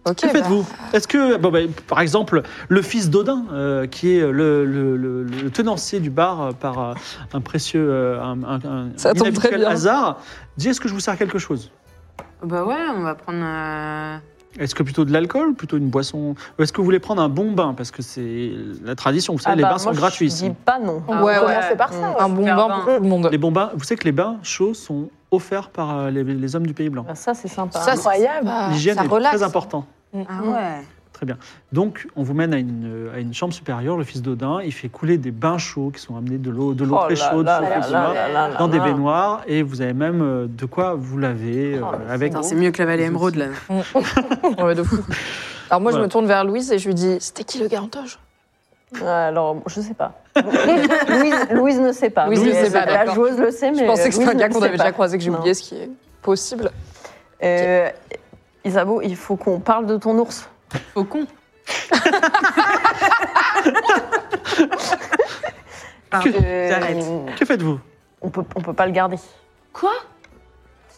Ok. Que bah, faites-vous Est-ce que, bon, bah, par exemple, le fils d'Odin, euh, qui est le, le- le- le tenancier du bar euh, par euh, un précieux, euh, un, un- un Ça tombe inhabituel très bien. hasard, dit est-ce que je vous sers quelque chose Bah ouais, on va prendre. euh, Est-ce que plutôt de l'alcool, plutôt une boisson Ou est-ce que vous voulez prendre un bon bain Parce que c'est la tradition, vous savez, Ah les bah, bains sont moi, je gratuits. dis ici. pas non. On Ah va ouais, commencer ouais. par ça. Un ouais. bon Faire bain pour tout le monde. Les bons bains, vous savez que les bains chauds sont offerts par euh, les, les hommes du Pays Blanc. Bah, ça, c'est sympa. Ça, c'est Incroyable. Ah, L'hygiène ça est relaxe. très important. Ah ouais. Très bien. Donc, on vous mène à une, à une chambre supérieure. Le fils d'Odin, il fait couler des bains chauds qui sont amenés de l'eau de l'eau Oh très là chaude là chaude, là chaude, là chaude, là là là dans des là. baignoires. Et vous avez même euh, de quoi vous laver euh, Oh, mais avec. Putain, c'est mieux que la vallée émeraude là. Ouais, de fou. Alors moi, je Voilà. me tourne vers Louise et je lui dis C'était qui le gars en toge Ah, Alors, je sais [LAUGHS] pas. Louise, Louise ne sait pas. Louise Mais euh, ne sait pas, La d'accord. joueuse le sait, mais. euh, Je pensais que c'était un Louise gars ne qu'on sait avait pas. déjà croisé, que j'ai Non. oublié, ce qui est possible. Euh, Isabeau, il faut qu'on parle de ton ours. Au con. Que- Euh, J'arrête. Que faites-vous on peut, on peut pas le garder. Quoi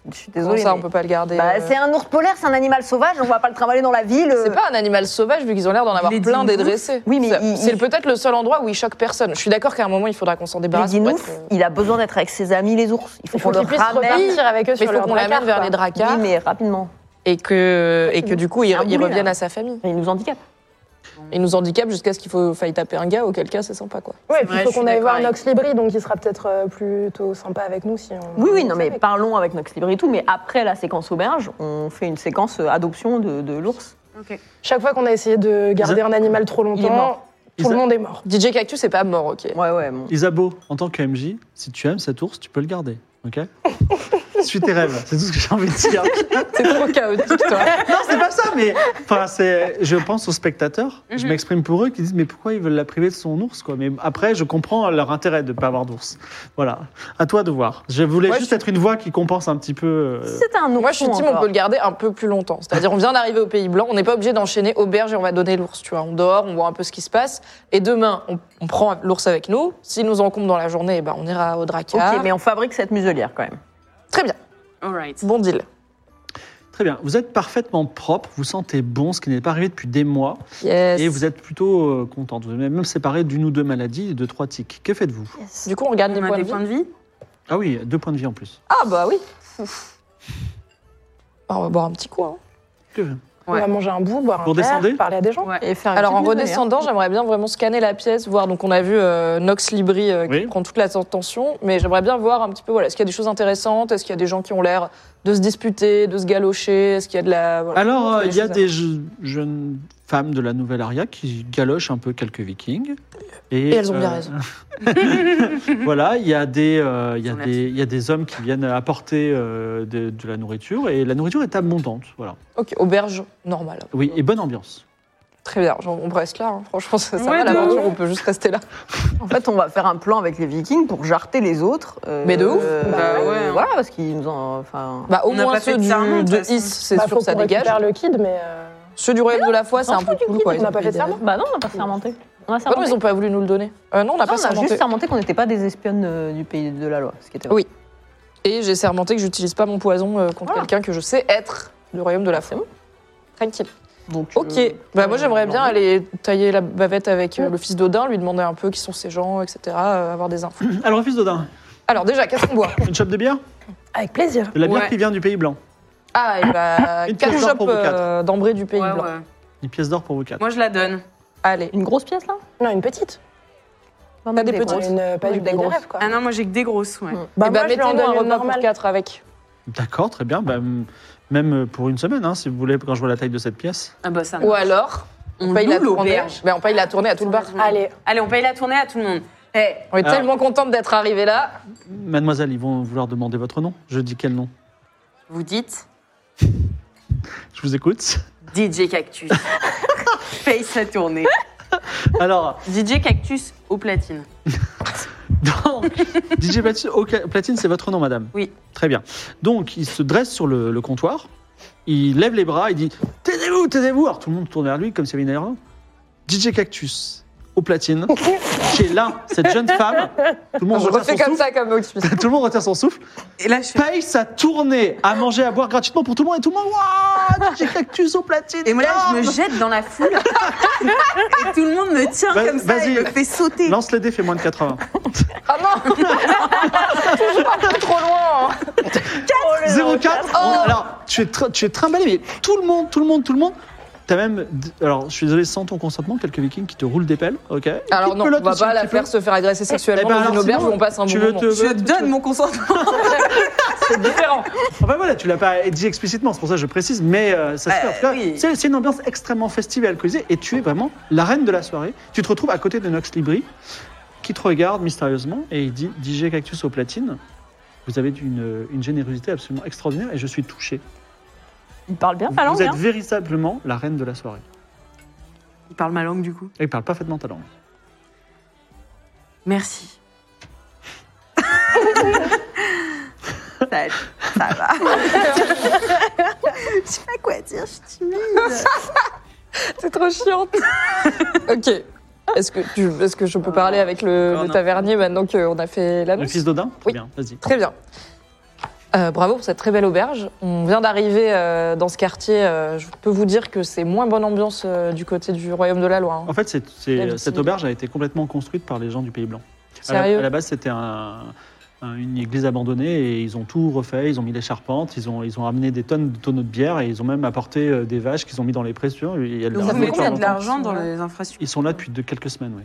Je suis Comment désolée. ça, on mais- peut pas le garder Bah, euh, C'est un ours polaire, c'est un animal sauvage, on va pas le trimballer dans la ville. euh. C'est pas un animal sauvage vu qu'ils ont l'air d'en avoir Les plein dinosaures. dédressés. Oui, mais C'est- il- c'est il- peut-être le seul endroit où il choque personne. Je suis d'accord qu'à un moment il faudra qu'on s'en Mais débarrasse. pour Dinouf, être- il a besoin d'être avec ses amis les ours. Il faut Il faut qu'on le qu'ils puissent ramène. repartir avec eux Mais sur il faut leur qu'on l'amène placard, vers quoi. les dracars Oui, mais rapidement. et que et que du coup il, un il boulet, revienne là. à sa famille. Il nous handicape. Il nous handicape jusqu'à ce qu'il faut faille taper un gars. Auquel cas c'est sympa quoi. Ouais, C'est et puis vrai, il faut je suis qu'on aille d'accord voir avec- Nox Libri, donc il sera peut-être euh, plutôt sympa avec nous si on. Oui, oui, non, mais parlons avec Nox Libre et tout, mais après la séquence auberge, on fait une séquence euh, adoption de, de l'ours. Ok. Chaque fois qu'on a essayé de garder Isa- un animal trop Il est longtemps, mort. tout Isa- le monde est mort. DJ Cactus c'est pas mort ok. Ouais, ouais. bon. Isabeau, en tant que MJ, si tu aimes cet ours, tu peux le garder. [LAUGHS] Ok Suis tes rêves. C'est tout ce que j'ai envie de dire. C'est trop chaotique toi. non, c'est pas ça, mais enfin, c'est. Je pense aux spectateurs. Je Mhm. m'exprime pour eux qui disent mais pourquoi ils veulent la priver de son ours quoi. Mais après, je comprends leur intérêt de ne pas avoir d'ours. Voilà. À toi de voir. Je voulais Ouais, juste je- être une voix qui compense un petit peu. euh, Si c'était un ours. Moi je suis team on encore. peut le garder un peu plus longtemps. C'est-à-dire on vient d'arriver au Pays Blanc, on n'est pas obligé d'enchaîner auberge et on va donner l'ours. Tu vois, on dort, on voit un peu ce qui se passe et demain on, on prend l'ours avec nous. S'il nous encombre dans la journée, eh ben, on ira au Drakkar. Ok, mais on fabrique cette muselière quand même. Très bien, Alright. bon deal. Très bien. Vous êtes parfaitement propre. Vous sentez bon, ce qui n'est pas arrivé depuis des mois. Yes. Et vous êtes plutôt euh, contente. Vous êtes même séparé d'une ou deux maladies et de trois tics. Que faites-vous Du coup on regarde les On a points de des vie. points de vie Ah oui, deux points de vie en plus. Ah bah [LAUGHS] oui. Bah, on va boire un petit coup. hein. Que- On va manger un bout, boire Pour un verre, descendre parler à des gens. Ouais. Et faire une Alors en petite muselière. redescendant, j'aimerais bien vraiment scanner la pièce, voir. Donc on a vu euh, Nox Libri euh, qui Oui. prend toute l'attention, mais j'aimerais bien voir un petit peu, voilà, est-ce qu'il y a des choses intéressantes, est-ce qu'il y a des gens qui ont l'air de se disputer, de se galocher, est-ce qu'il y a de la. voilà. Alors, euh, il y a choses des je- jeunes femmes de la nouvelle aria qui galochent un peu quelques vikings. Et Euh. elles ont bien raison. [LAUGHS] voilà, il y, a des, euh, il y, a Ils sont des, il y a des hommes qui viennent apporter euh, de, de la nourriture et la nourriture est abondante. Voilà. Ok, auberge normale. Oui, et bonne ambiance. [CLEARS THROAT] Très bien, genre, on reste là, hein. franchement, ça, ça Ouais, va de l'aventure, ouf. on peut juste rester là. En fait, on va faire un plan avec les Vikings pour jarter les autres. euh, Mais de ouf. Bah ouais. Voilà, parce qu'ils nous ont. Enfin. Bah, au On n'a moins pas fait ceux de du, serment, de toute de façon. Is, c'est Bah, sûr faut que ça qu'on dégage. récupère le kid, mais. euh, Ceux du royaume de la foi, c'est s'en un peu fout du cool kid, quoi. on ils n'a ont pas fait de des- serment. Bah non, on n'a pas fermenté. On a Ah non, fermenté. ils ont pas voulu nous le donner. Euh, non, on n'a Non, pas on a sermenté. juste sermenté qu'on n'était pas des espionnes euh, du pays de la loi, ce qui était Oui. Et j'ai sermenté que j'utilise pas mon poison euh, contre Voilà. quelqu'un que je sais être du royaume de la foi. Tranquille. Donc, Ok. euh, bah moi j'aimerais non, bien non. aller tailler la bavette avec euh, le fils d'Odin, lui demander un peu qui sont ces gens, etc. euh, avoir des infos. [CLEARS THROAT] Alors, fils Dodin, Alors déjà, qu'est-ce qu'on boit une chope de bière Avec plaisir. De la bière Ouais. qui vient du Pays Blanc. Ah, et bah, Une quatre pièce d'or chopes pour vous quatre. euh, d'ambrée du pays Ouais, blanc. ouais. Une pièce d'or pour vous quatre. Moi je la donne. Allez. Une grosse pièce là Non, une petite. Pas des petites. Pas, une, euh, pas Ouais, du des pays des grosses. rêves, quoi. Ah non, moi j'ai que des grosses, ouais. et bah moi, je lui en mettez-nous donne un une repas pour normale. quatre avec. D'accord, très bien. Bah, m- même pour une semaine, hein, si vous voulez, quand je vois la taille de cette pièce. Ah bah ça. Ou alors, on on paye la loue tournée. l'auberge. Bah, on paye la tournée à tout le bar. Allez, Allez, on paye la tournée à tout le monde. Eh, On est Ah. tellement contente d'être arrivée là. Mademoiselle, ils vont vouloir demander votre nom. Je dis quel nom vous dites Je vous écoute. [LAUGHS] DJ [LAUGHS] Cactus. paye sa tournée. Alors, DJ Cactus au platine. [LAUGHS] Donc, DJ Platine, ok, Platine, c'est votre nom, madame Oui. Très bien. Donc, il se dresse sur le, le comptoir, il lève les bras, il dit Taisez-vous, taisez-vous Alors, tout le monde tourne vers lui comme s'il y avait une erreur. DJ Cactus, au platine, [LAUGHS] qui est là, cette jeune femme. Tout le monde, Ah, Je retient son, refais comme souffle, [LAUGHS] ça, comme Oxfam. tout le monde retient son souffle, Et là, je fais. paye sa tournée à manger, à boire gratuitement pour tout le monde, et tout le monde Waouh, DJ Cactus au platine Et moi, là, je me énorme jette dans la [LAUGHS] foule. et tout le monde me tient Va- comme ça et vas-y. me fait sauter. Lance les dés, fait moins de 80. Ah non [LAUGHS] Toujours un peu trop loin hein. 04 Oh. on- Alors, tu es, tr- tu es trimballé, mais tout le monde, tout le monde, tout le monde. T'as même. d- Alors, je suis désolé, sans ton consentement, quelques vikings qui te roulent des pelles, ok [LAUGHS] Alors non, on va pas la faire personne se faire agresser ben sexuellement dans une auberge où on passe un bon moment. Je donne mon consentement. [LAUGHS] C'est différent. Enfin voilà, tu l'as pas dit explicitement, c'est pour ça que je précise, mais euh, Bah, ça se Euh, fait en tout cas. oui. C'est c'est une ambiance extrêmement festive et alcoolisée, et tu es vraiment la reine de la soirée. Tu te retrouves à côté de Nox Libri, qui te regarde mystérieusement, et il dit DJ Cactus au platine, vous avez une, une générosité absolument extraordinaire, et je suis touché. Il parle bien Vous, Phalangue, êtes hein véritablement la reine de la soirée. Il parle ma langue, du coup. Et il parle parfaitement ta langue. Merci. ça, ça va. je sais pas quoi dire, je suis timide. C'est trop chiante. ok. Est-ce que, tu- est-ce que je peux parler avec le, Encore le non. tavernier maintenant qu'on a fait Le l'annonce fils d'Odin Très Ah Oui. bien, vas-y. Très bien. Euh, bravo pour cette très belle auberge. On vient d'arriver euh, dans ce quartier. euh, je peux vous dire que c'est moins bonne ambiance euh, du côté du Royaume de la Loi. hein. En fait, c'est- c'est- Même cette si- auberge a été complètement construite par les gens du Pays Blanc. À la, Sérieux à la base, c'était un- un- une église abandonnée et ils ont tout refait. Ils ont mis les charpentes, ils ont, ils ont amené des tonnes de tonneaux de bière et ils ont même apporté euh, des vaches qu'ils ont mis dans les pressions. Il y a de Donc l'argent vous mettez depuis de longtemps. l'argent dans les infrastructures. Ils sont là depuis de- quelques semaines, oui.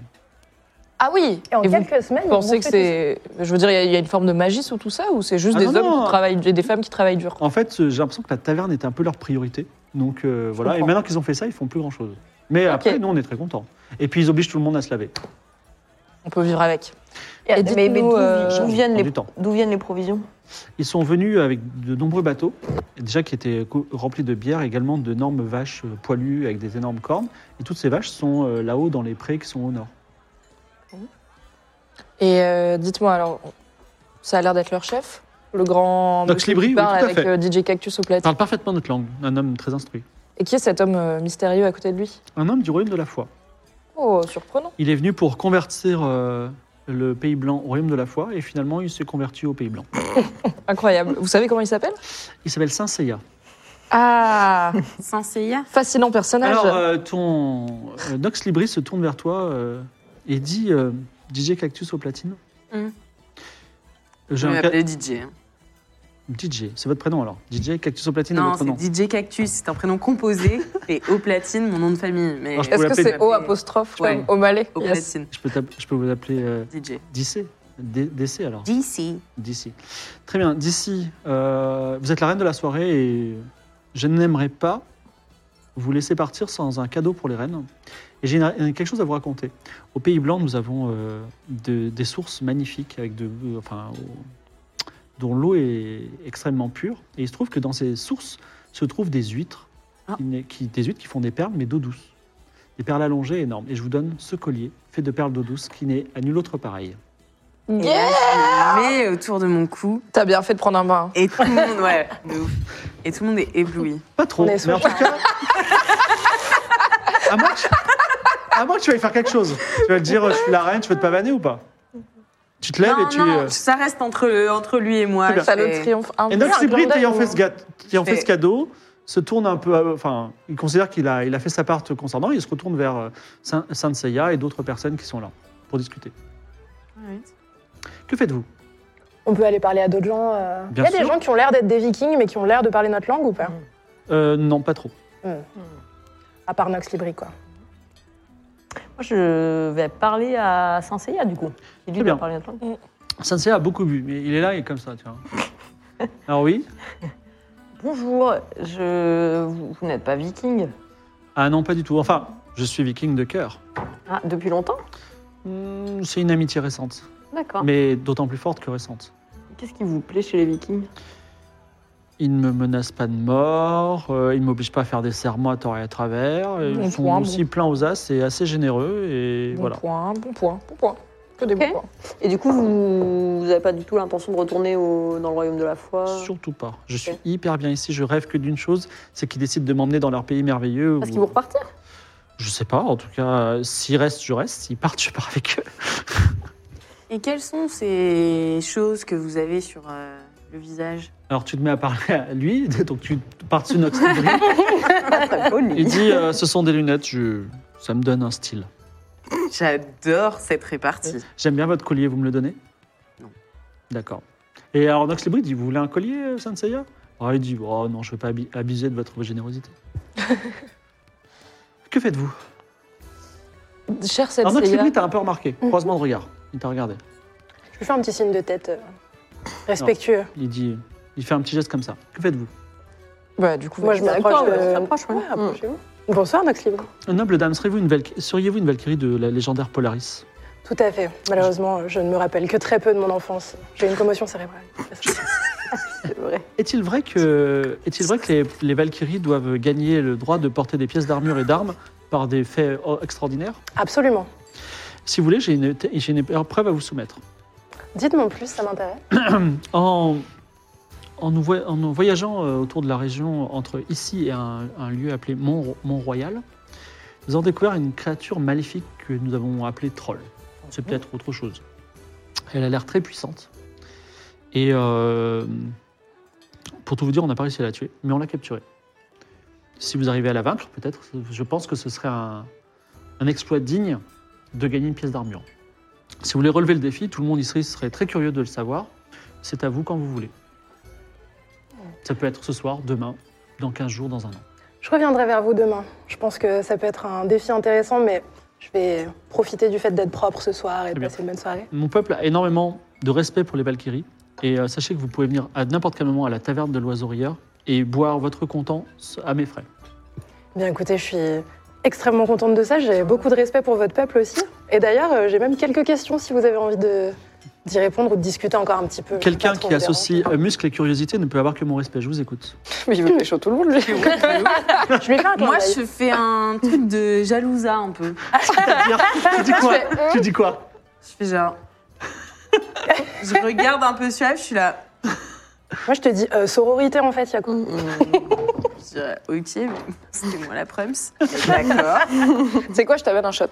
Ah oui Et en Et vous quelques semaines, ils pensez vont que fêter c'est. Je veux dire, il y a- il y, a une forme de magie sous tout ça ou c'est juste Ah des non, hommes non. qui travaillent, et des femmes qui travaillent dur En fait, euh, j'ai l'impression que la taverne était un peu leur priorité. Donc euh, voilà. Et comprends. maintenant qu'ils ont fait ça, ils font plus grand chose. Mais après, nous, on est très contents. Et puis, ils obligent tout le monde à se laver. On peut vivre avec. Et- Et mais mais dites-nous, d'où euh, d'où Ça viennent, prend les- du temps. d'où viennent les provisions Ils sont venus avec de nombreux bateaux, déjà qui étaient cou- remplis de bière, également d'énormes vaches euh, poilues avec des énormes cornes. Et toutes ces vaches sont euh, là-haut dans les prés qui sont au nord. Et euh, dites-moi alors, ça a l'air d'être leur chef Le grand. Nox monsieur Libri, qui oui, parle tout à avec fait. euh, DJ Cactus au Il platine. parle parfaitement notre langue, un homme très instruit. Et qui est cet homme euh, mystérieux à côté de lui Un homme du royaume de la foi. Oh, surprenant. Il est venu pour convertir euh, le pays blanc au royaume de la foi et finalement il s'est converti au pays blanc. Incroyable. Vous savez comment il s'appelle Il s'appelle Saint Seiya. Ah Sans CIA Fascinant personnage. Alors, euh, ton euh, Nox Libri se tourne vers toi euh, et dit euh, DJ Cactus au platine. Mm. J'ai Je un vais ca- m'appeler DJ. DJ, c'est votre prénom alors. DJ Cactus au platine est Non, votre nom. c'est DJ Cactus, c'est un [LAUGHS] prénom composé. Et au platine, mon nom de famille. Mais Alors, je Est-ce que l'appeler- c'est O apostrophe comme Ouais. au malais au Yes. platine, Je peux, t'app- je peux vous appeler euh, DJ. DC D- DC alors DC. DC. Très bien, DC, euh, vous êtes la reine de la soirée et je n'aimerais pas vous laisser partir sans un cadeau pour les reines. Et j'ai une- une- quelque chose à vous raconter. Au Pays Blanc, nous avons euh, de- des sources magnifiques avec de, euh, enfin, au- dont l'eau est extrêmement pure. Et il se trouve que dans ces sources se trouvent des huîtres, Ah. qui n'est- qui, des huîtres qui font des perles, mais d'eau douce. Des perles allongées énormes. Et je vous donne ce collier fait de perles d'eau douce qui n'est à nul autre pareil. Et là, je le mets autour de mon cou. T'as bien fait de prendre un hein. bain. Et tout le monde, ouais, de ouf. Et tout le monde est ébloui. Pas trop, On mais est en sous- tout cas. à, moins que, à moins que tu vas y faire quelque chose. Tu vas te dire, je suis la reine, tu veux te pavaner ou pas Tu te lèves non, et tu. non, euh, ça reste entre, entre lui et moi. C'est bien. Je Ça le fais- triomphe un peu. Et Nox Libri, ayant fait ce, gat- ayant fait fais- ce cadeau, se tourne un peu. à- Enfin, il considère qu'il a, il a fait sa part te concernant et il se retourne vers euh, Saint- Saint Seiya et d'autres personnes qui sont là pour discuter. Que faites-vous On peut aller parler à d'autres gens. euh. Il y Bien a des sûr. gens qui ont l'air d'être des vikings, mais qui ont l'air de parler notre langue ou pas Euh, Non, pas trop. À part Nox Libri, quoi. Moi, je vais parler à Saint-Seiya, du coup. Et lui, Très il va bien. parler à toi. Saint Seiya a beaucoup bu, mais il est là et comme ça, tu [LAUGHS] vois. Alors oui Bonjour, je... vous, vous n'êtes pas viking Ah non, pas du tout. Enfin, je suis viking de cœur. Ah, depuis longtemps Hmm, C'est une amitié récente, D'accord. mais d'autant plus forte que récente. Qu'est-ce qui vous plaît chez les vikings Ils ne me menacent pas de mort, euh, ils ne m'obligent pas à faire des serments à tort et à travers, euh, Bon ils sont point, aussi pleins aux as et assez généreux, et Bon voilà. point, bon point, bon point. Que des bons Ok. points. Et du coup, vous n'avez pas du tout l'intention de retourner au- dans le royaume de la foi Surtout pas. Je suis hyper bien ici. Je rêve que d'une chose, c'est qu'ils décident de m'emmener dans leur pays merveilleux. Parce où- qu'ils vont repartir Je sais pas. En tout cas, euh, s'ils restent, je reste. S'ils partent, je pars avec eux. Et quelles sont ces choses que vous avez sur euh, [LAUGHS] le visage Alors tu te mets à parler à lui, [LAUGHS] donc tu pars [LAUGHS] sur notre style. Il Poli. dit, euh, ce sont des lunettes. Je... Ça me donne un style. J'adore cette répartie. J'aime bien votre collier. Vous me le donnez Non. D'accord. Et alors Nox Libri dit, vous voulez un collier, euh, Senseiya Alors il dit, oh non, je veux pas abi- abuser de votre générosité. [LAUGHS] que faites-vous Cher Alors Nox Senseiya, Libri, t'as un peu remarqué. Croisement de regard. Il t'a regardé. Je lui fais un petit signe de tête euh, respectueux. Il dit, il fait un petit geste comme ça. Que faites-vous bah, du coup, Moi, je vas-y. m'approche ouais, de... s'approche, ouais. Ouais, approchez-vous. Bonsoir, Nox Libre. Noble dame, seriez-vous une valky- seriez-vous une Valkyrie de la légendaire Polaris Tout à fait. Malheureusement, je ne me rappelle que très peu de mon enfance. J'ai une commotion cérébrale. C'est vrai. Est-il vrai que, est-il vrai que les, les Valkyries doivent gagner le droit de porter des pièces d'armure et d'armes par des faits oh, extraordinaires Absolument. Si vous voulez, j'ai une, j'ai une preuve à vous soumettre. Dites-moi en plus, ça m'intéresse. En, en, nous voy- en nous voyageant euh, autour de la région entre ici et un, un lieu appelé Mont, Mont-Royal, nous avons découvert une créature maléfique que nous avons appelée Troll. C'est peut-être autre chose. Elle a l'air très puissante. Et euh, pour tout vous dire, on n'a pas réussi à la tuer, mais on l'a capturée. Si vous arrivez à la vaincre, peut-être, je pense que ce serait un, un exploit digne de gagner une pièce d'armure. Si vous voulez relever le défi, tout le monde ici serait très curieux de le savoir. C'est à vous quand vous voulez. Ça peut être ce soir, demain, dans 15 jours, dans un an. Je reviendrai vers vous demain. Je pense que ça peut être un défi intéressant, mais je vais profiter du fait d'être propre ce soir et de bien. passer une bonne soirée. Mon peuple a énormément de respect pour les Valkyries. Et euh, sachez que vous pouvez venir à n'importe quel moment à la taverne de l'Oiseau-Rieur et boire votre content à mes frais. Bien écoutez, je suis extrêmement contente de ça. J'ai beaucoup de respect pour votre peuple aussi. Et d'ailleurs, euh, j'ai même quelques questions si vous avez envie de d'y répondre ou de discuter encore un petit peu. Quelqu'un Pas trop qui vous dérange. associe euh, muscle et curiosité ne peut avoir que mon respect. Je vous écoute. [LAUGHS] Mais il veut pécho tout le monde, lui. [LAUGHS] Je lui fais un clin Moi, d'œil. je fais un truc de jalousa un peu. [LAUGHS] tu dis quoi euh. Tu dis quoi Je [LAUGHS] fais genre. je regarde un peu Suave, je suis là. Moi, je te dis euh, sororité en fait, il y a quoi Mm. Je dirais, Euh, ok, mais [LAUGHS] c'était moi la [LAUGHS] prums. D'accord. C'est quoi, je t'amène un shot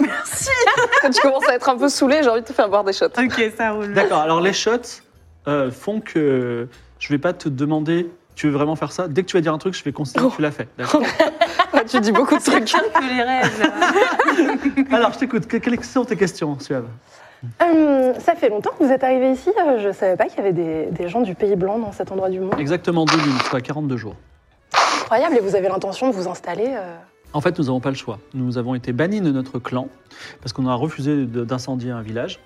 Merci. Quand tu commences à être un peu saoulé, j'ai envie de te faire boire des shots. Ok, ça roule. D'accord, alors les shots euh, font que je vais pas te demander. Tu veux vraiment faire ça Dès que tu vas dire un truc, je vais considérer que tu l'as fait. [LAUGHS] D'accord Ah, tu dis beaucoup de [LAUGHS] trucs. Que les rêves. [LAUGHS] là. Alors, je t'écoute. Que- Quelles sont tes questions, Suave Hum, Ça fait longtemps que vous êtes arrivé ici. Euh, Je savais pas qu'il y avait des, des gens du Pays Blanc dans cet endroit du monde. Exactement deux lunes, soit 42 jours. Incroyable. Et vous avez l'intention de vous installer euh, En fait, nous n'avons pas le choix. Nous avons été bannis de notre clan parce qu'on a refusé de- d'incendier un village.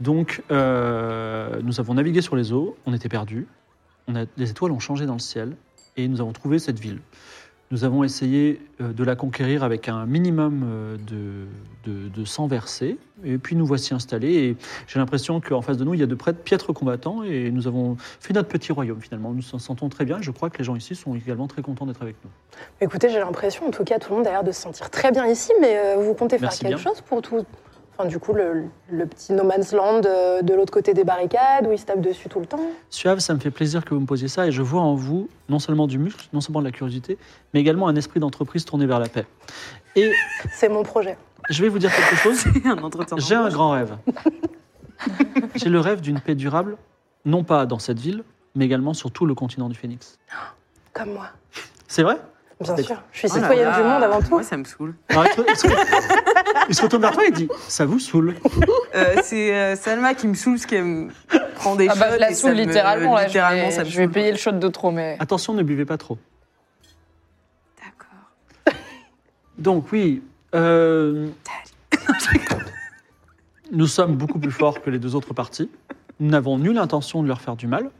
Donc, euh, nous avons navigué sur les eaux, on était perdus, on a- les étoiles ont changé dans le ciel et nous avons trouvé cette ville. Nous avons essayé euh, de la conquérir avec un minimum euh, de, de, de sang versé. Et puis nous voici installés. Et j'ai l'impression qu'en face de nous, il y a de près de piètres combattants. Et nous avons fait notre petit royaume finalement. Nous nous en sentons très bien. Et je crois que les gens ici sont également très contents d'être avec nous. Écoutez, j'ai l'impression, en tout cas, tout le monde a l'air de se sentir très bien ici, mais euh, vous comptez faire Merci quelque bien. chose pour tout. Enfin, du coup, le, le petit no man's land euh, de l'autre côté des barricades où ils se tapent dessus tout le temps. Suave, ça me fait plaisir que vous me posiez ça et je vois en vous non seulement du muscle, non seulement de la curiosité, mais également un esprit d'entreprise tourné vers la paix. Et C'est mon projet. je vais vous dire quelque chose, un entretien. j'ai un grand rêve. J'ai le rêve d'une paix durable, non pas dans cette ville, mais également sur tout le continent du Phénix. Comme moi. C'est vrai Bien Peut-être. sûr. Je suis Oh là citoyenne là. du monde avant tout. Moi, ça me saoule. Alors, il, se, il se- il se retourne vers toi et dit « ça vous saoule Euh, c'est euh, Salma qui me saoule parce qu'elle me prend des Ah bah, shots je la et ça saoule me- littéralement, là. littéralement, je vais, ça me je vais saoule. payer le shot de trop, mais. ». Attention, ne buvez pas trop. D'accord. Donc oui, euh, [LAUGHS] nous sommes beaucoup plus forts que les deux autres parties. Nous n'avons nulle intention de leur faire du mal.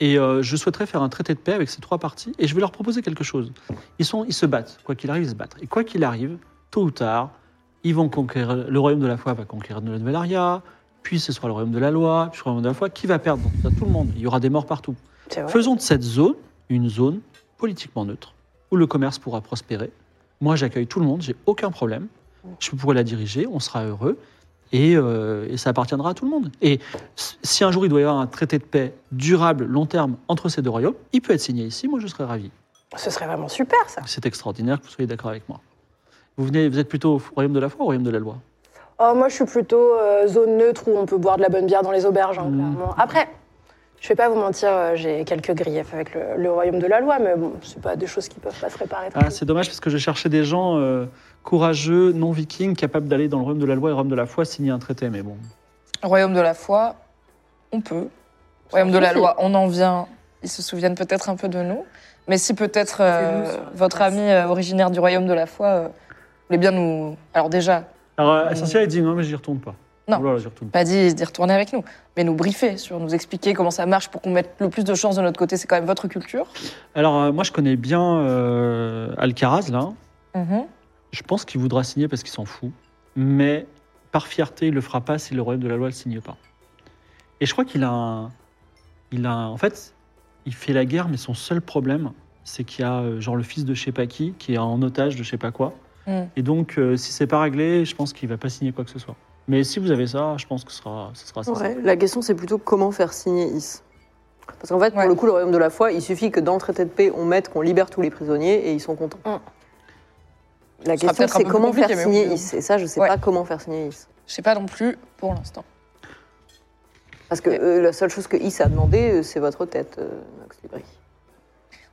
Et euh, je souhaiterais faire un traité de paix avec ces trois parties. Et je vais leur proposer quelque chose. Ils, sont, ils se battent. Quoi qu'il arrive, ils se battent. Et quoi qu'il arrive, tôt ou tard, ils vont conquérir. Le royaume de la foi va conquérir le nouvel aria. Puis ce sera le royaume de la loi. Puis le royaume de la foi. Qui va perdre Dans tout ça, Tout le monde. Il y aura des morts partout. C'est vrai. Faisons de cette zone une zone politiquement neutre, où le commerce pourra prospérer. Moi, j'accueille tout le monde, j'ai aucun problème. Je pourrai la diriger, on sera heureux. et, euh, et ça appartiendra à tout le monde. Et s- si un jour il doit y avoir un traité de paix durable, long terme, entre ces deux royaumes, il peut être signé ici, moi je serais ravi. Ce serait vraiment super, ça. C'est extraordinaire que vous soyez d'accord avec moi. Vous, venez, vous êtes plutôt au royaume de la foi ou au royaume de la loi Oh, moi, je suis plutôt euh, zone neutre où on peut boire de la bonne bière dans les auberges, hein, Mm. clairement. Après, je vais pas vous mentir, euh, j'ai quelques griefs avec le, le royaume de la loi, mais bon, c'est pas des choses qui peuvent pas se réparer. Ah, c'est dommage parce que j'ai cherché des gens euh, courageux, non vikings, capables d'aller dans le royaume de la loi et le royaume de la foi signer un traité. Mais bon, Royaume de la foi, on peut. Royaume de la loi, on en vient. Ils se souviennent peut-être un peu de nous. Mais si peut-être euh, C'est nous, sur la votre place. ami euh, originaire du royaume de la foi euh, voulait bien nous. Alors déjà, alors euh, Essentia, il dit non mais j'y retourne pas. Non. Oh là là, j'y retourne. pas dit d'y retourner avec nous, mais nous briefer sur, nous expliquer comment ça marche pour qu'on mette le plus de chance de notre côté. C'est quand même votre culture. Alors euh, moi je connais bien euh, Alcaraz là. Mm-hmm. Je pense qu'il voudra signer parce qu'il s'en fout. Mais par fierté, il le fera pas si le royaume de la loi ne le signe pas. Et je crois qu'il a un... Il a un- En fait, il fait la guerre, mais son seul problème, c'est qu'il y a euh, genre le fils de je sais pas qui, qui est en otage de je sais pas quoi. Mm. Et donc, euh, si c'est pas réglé, je pense qu'il va pas signer quoi que ce soit. Mais si vous avez ça, je pense que ce sera, ce sera ça. Ouais, la question c'est plutôt comment faire signer Is. Parce qu'en fait, Ouais. pour le coup, le royaume de la foi, il suffit que dans le traité de paix, on mette qu'on libère tous les prisonniers et ils sont contents. Hum. La sera question peut-être un c'est peu comment compliqué, faire mais signer bon. Is. Et ça, je sais Ouais. pas comment faire signer Is. Je sais pas non plus pour l'instant. Parce que euh, la seule chose que Is a demandé, euh, c'est votre tête, euh, Nox Libri.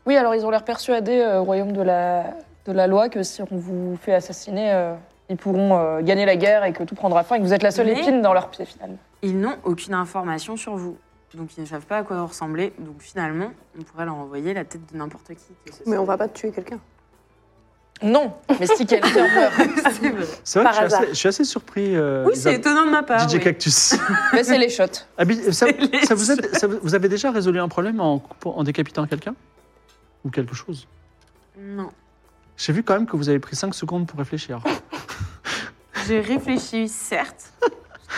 Oui, alors ils ont l'air persuadés euh, au royaume de la, de la loi que si on vous fait assassiner, euh, ils pourront euh, gagner la guerre et que tout prendra fin et que vous êtes la seule Mais- épine dans leur pied finalement. Ils n'ont aucune information sur vous. Donc ils ne savent pas à quoi vous ressemblez. Donc finalement, on pourrait leur envoyer la tête de n'importe qui. que ce Mais soit. on va pas tuer quelqu'un. Non, mais si quelqu'un meurt. [LAUGHS] [LAUGHS] C'est vrai. C'est vrai que Par je suis, hasard. assez, je suis assez surpris. euh, oui, c'est Isab- étonnant de ma part. DJ Ah oui. [LAUGHS] Cactus. Mais c'est les shots. Ah, mais ça, les ça vous aide- ça vous- vous avez déjà résolu un problème en, coupant- en décapitant quelqu'un Ou quelque chose Non. J'ai vu quand même que vous avez pris 5 secondes pour réfléchir. J'ai réfléchi, certes. parce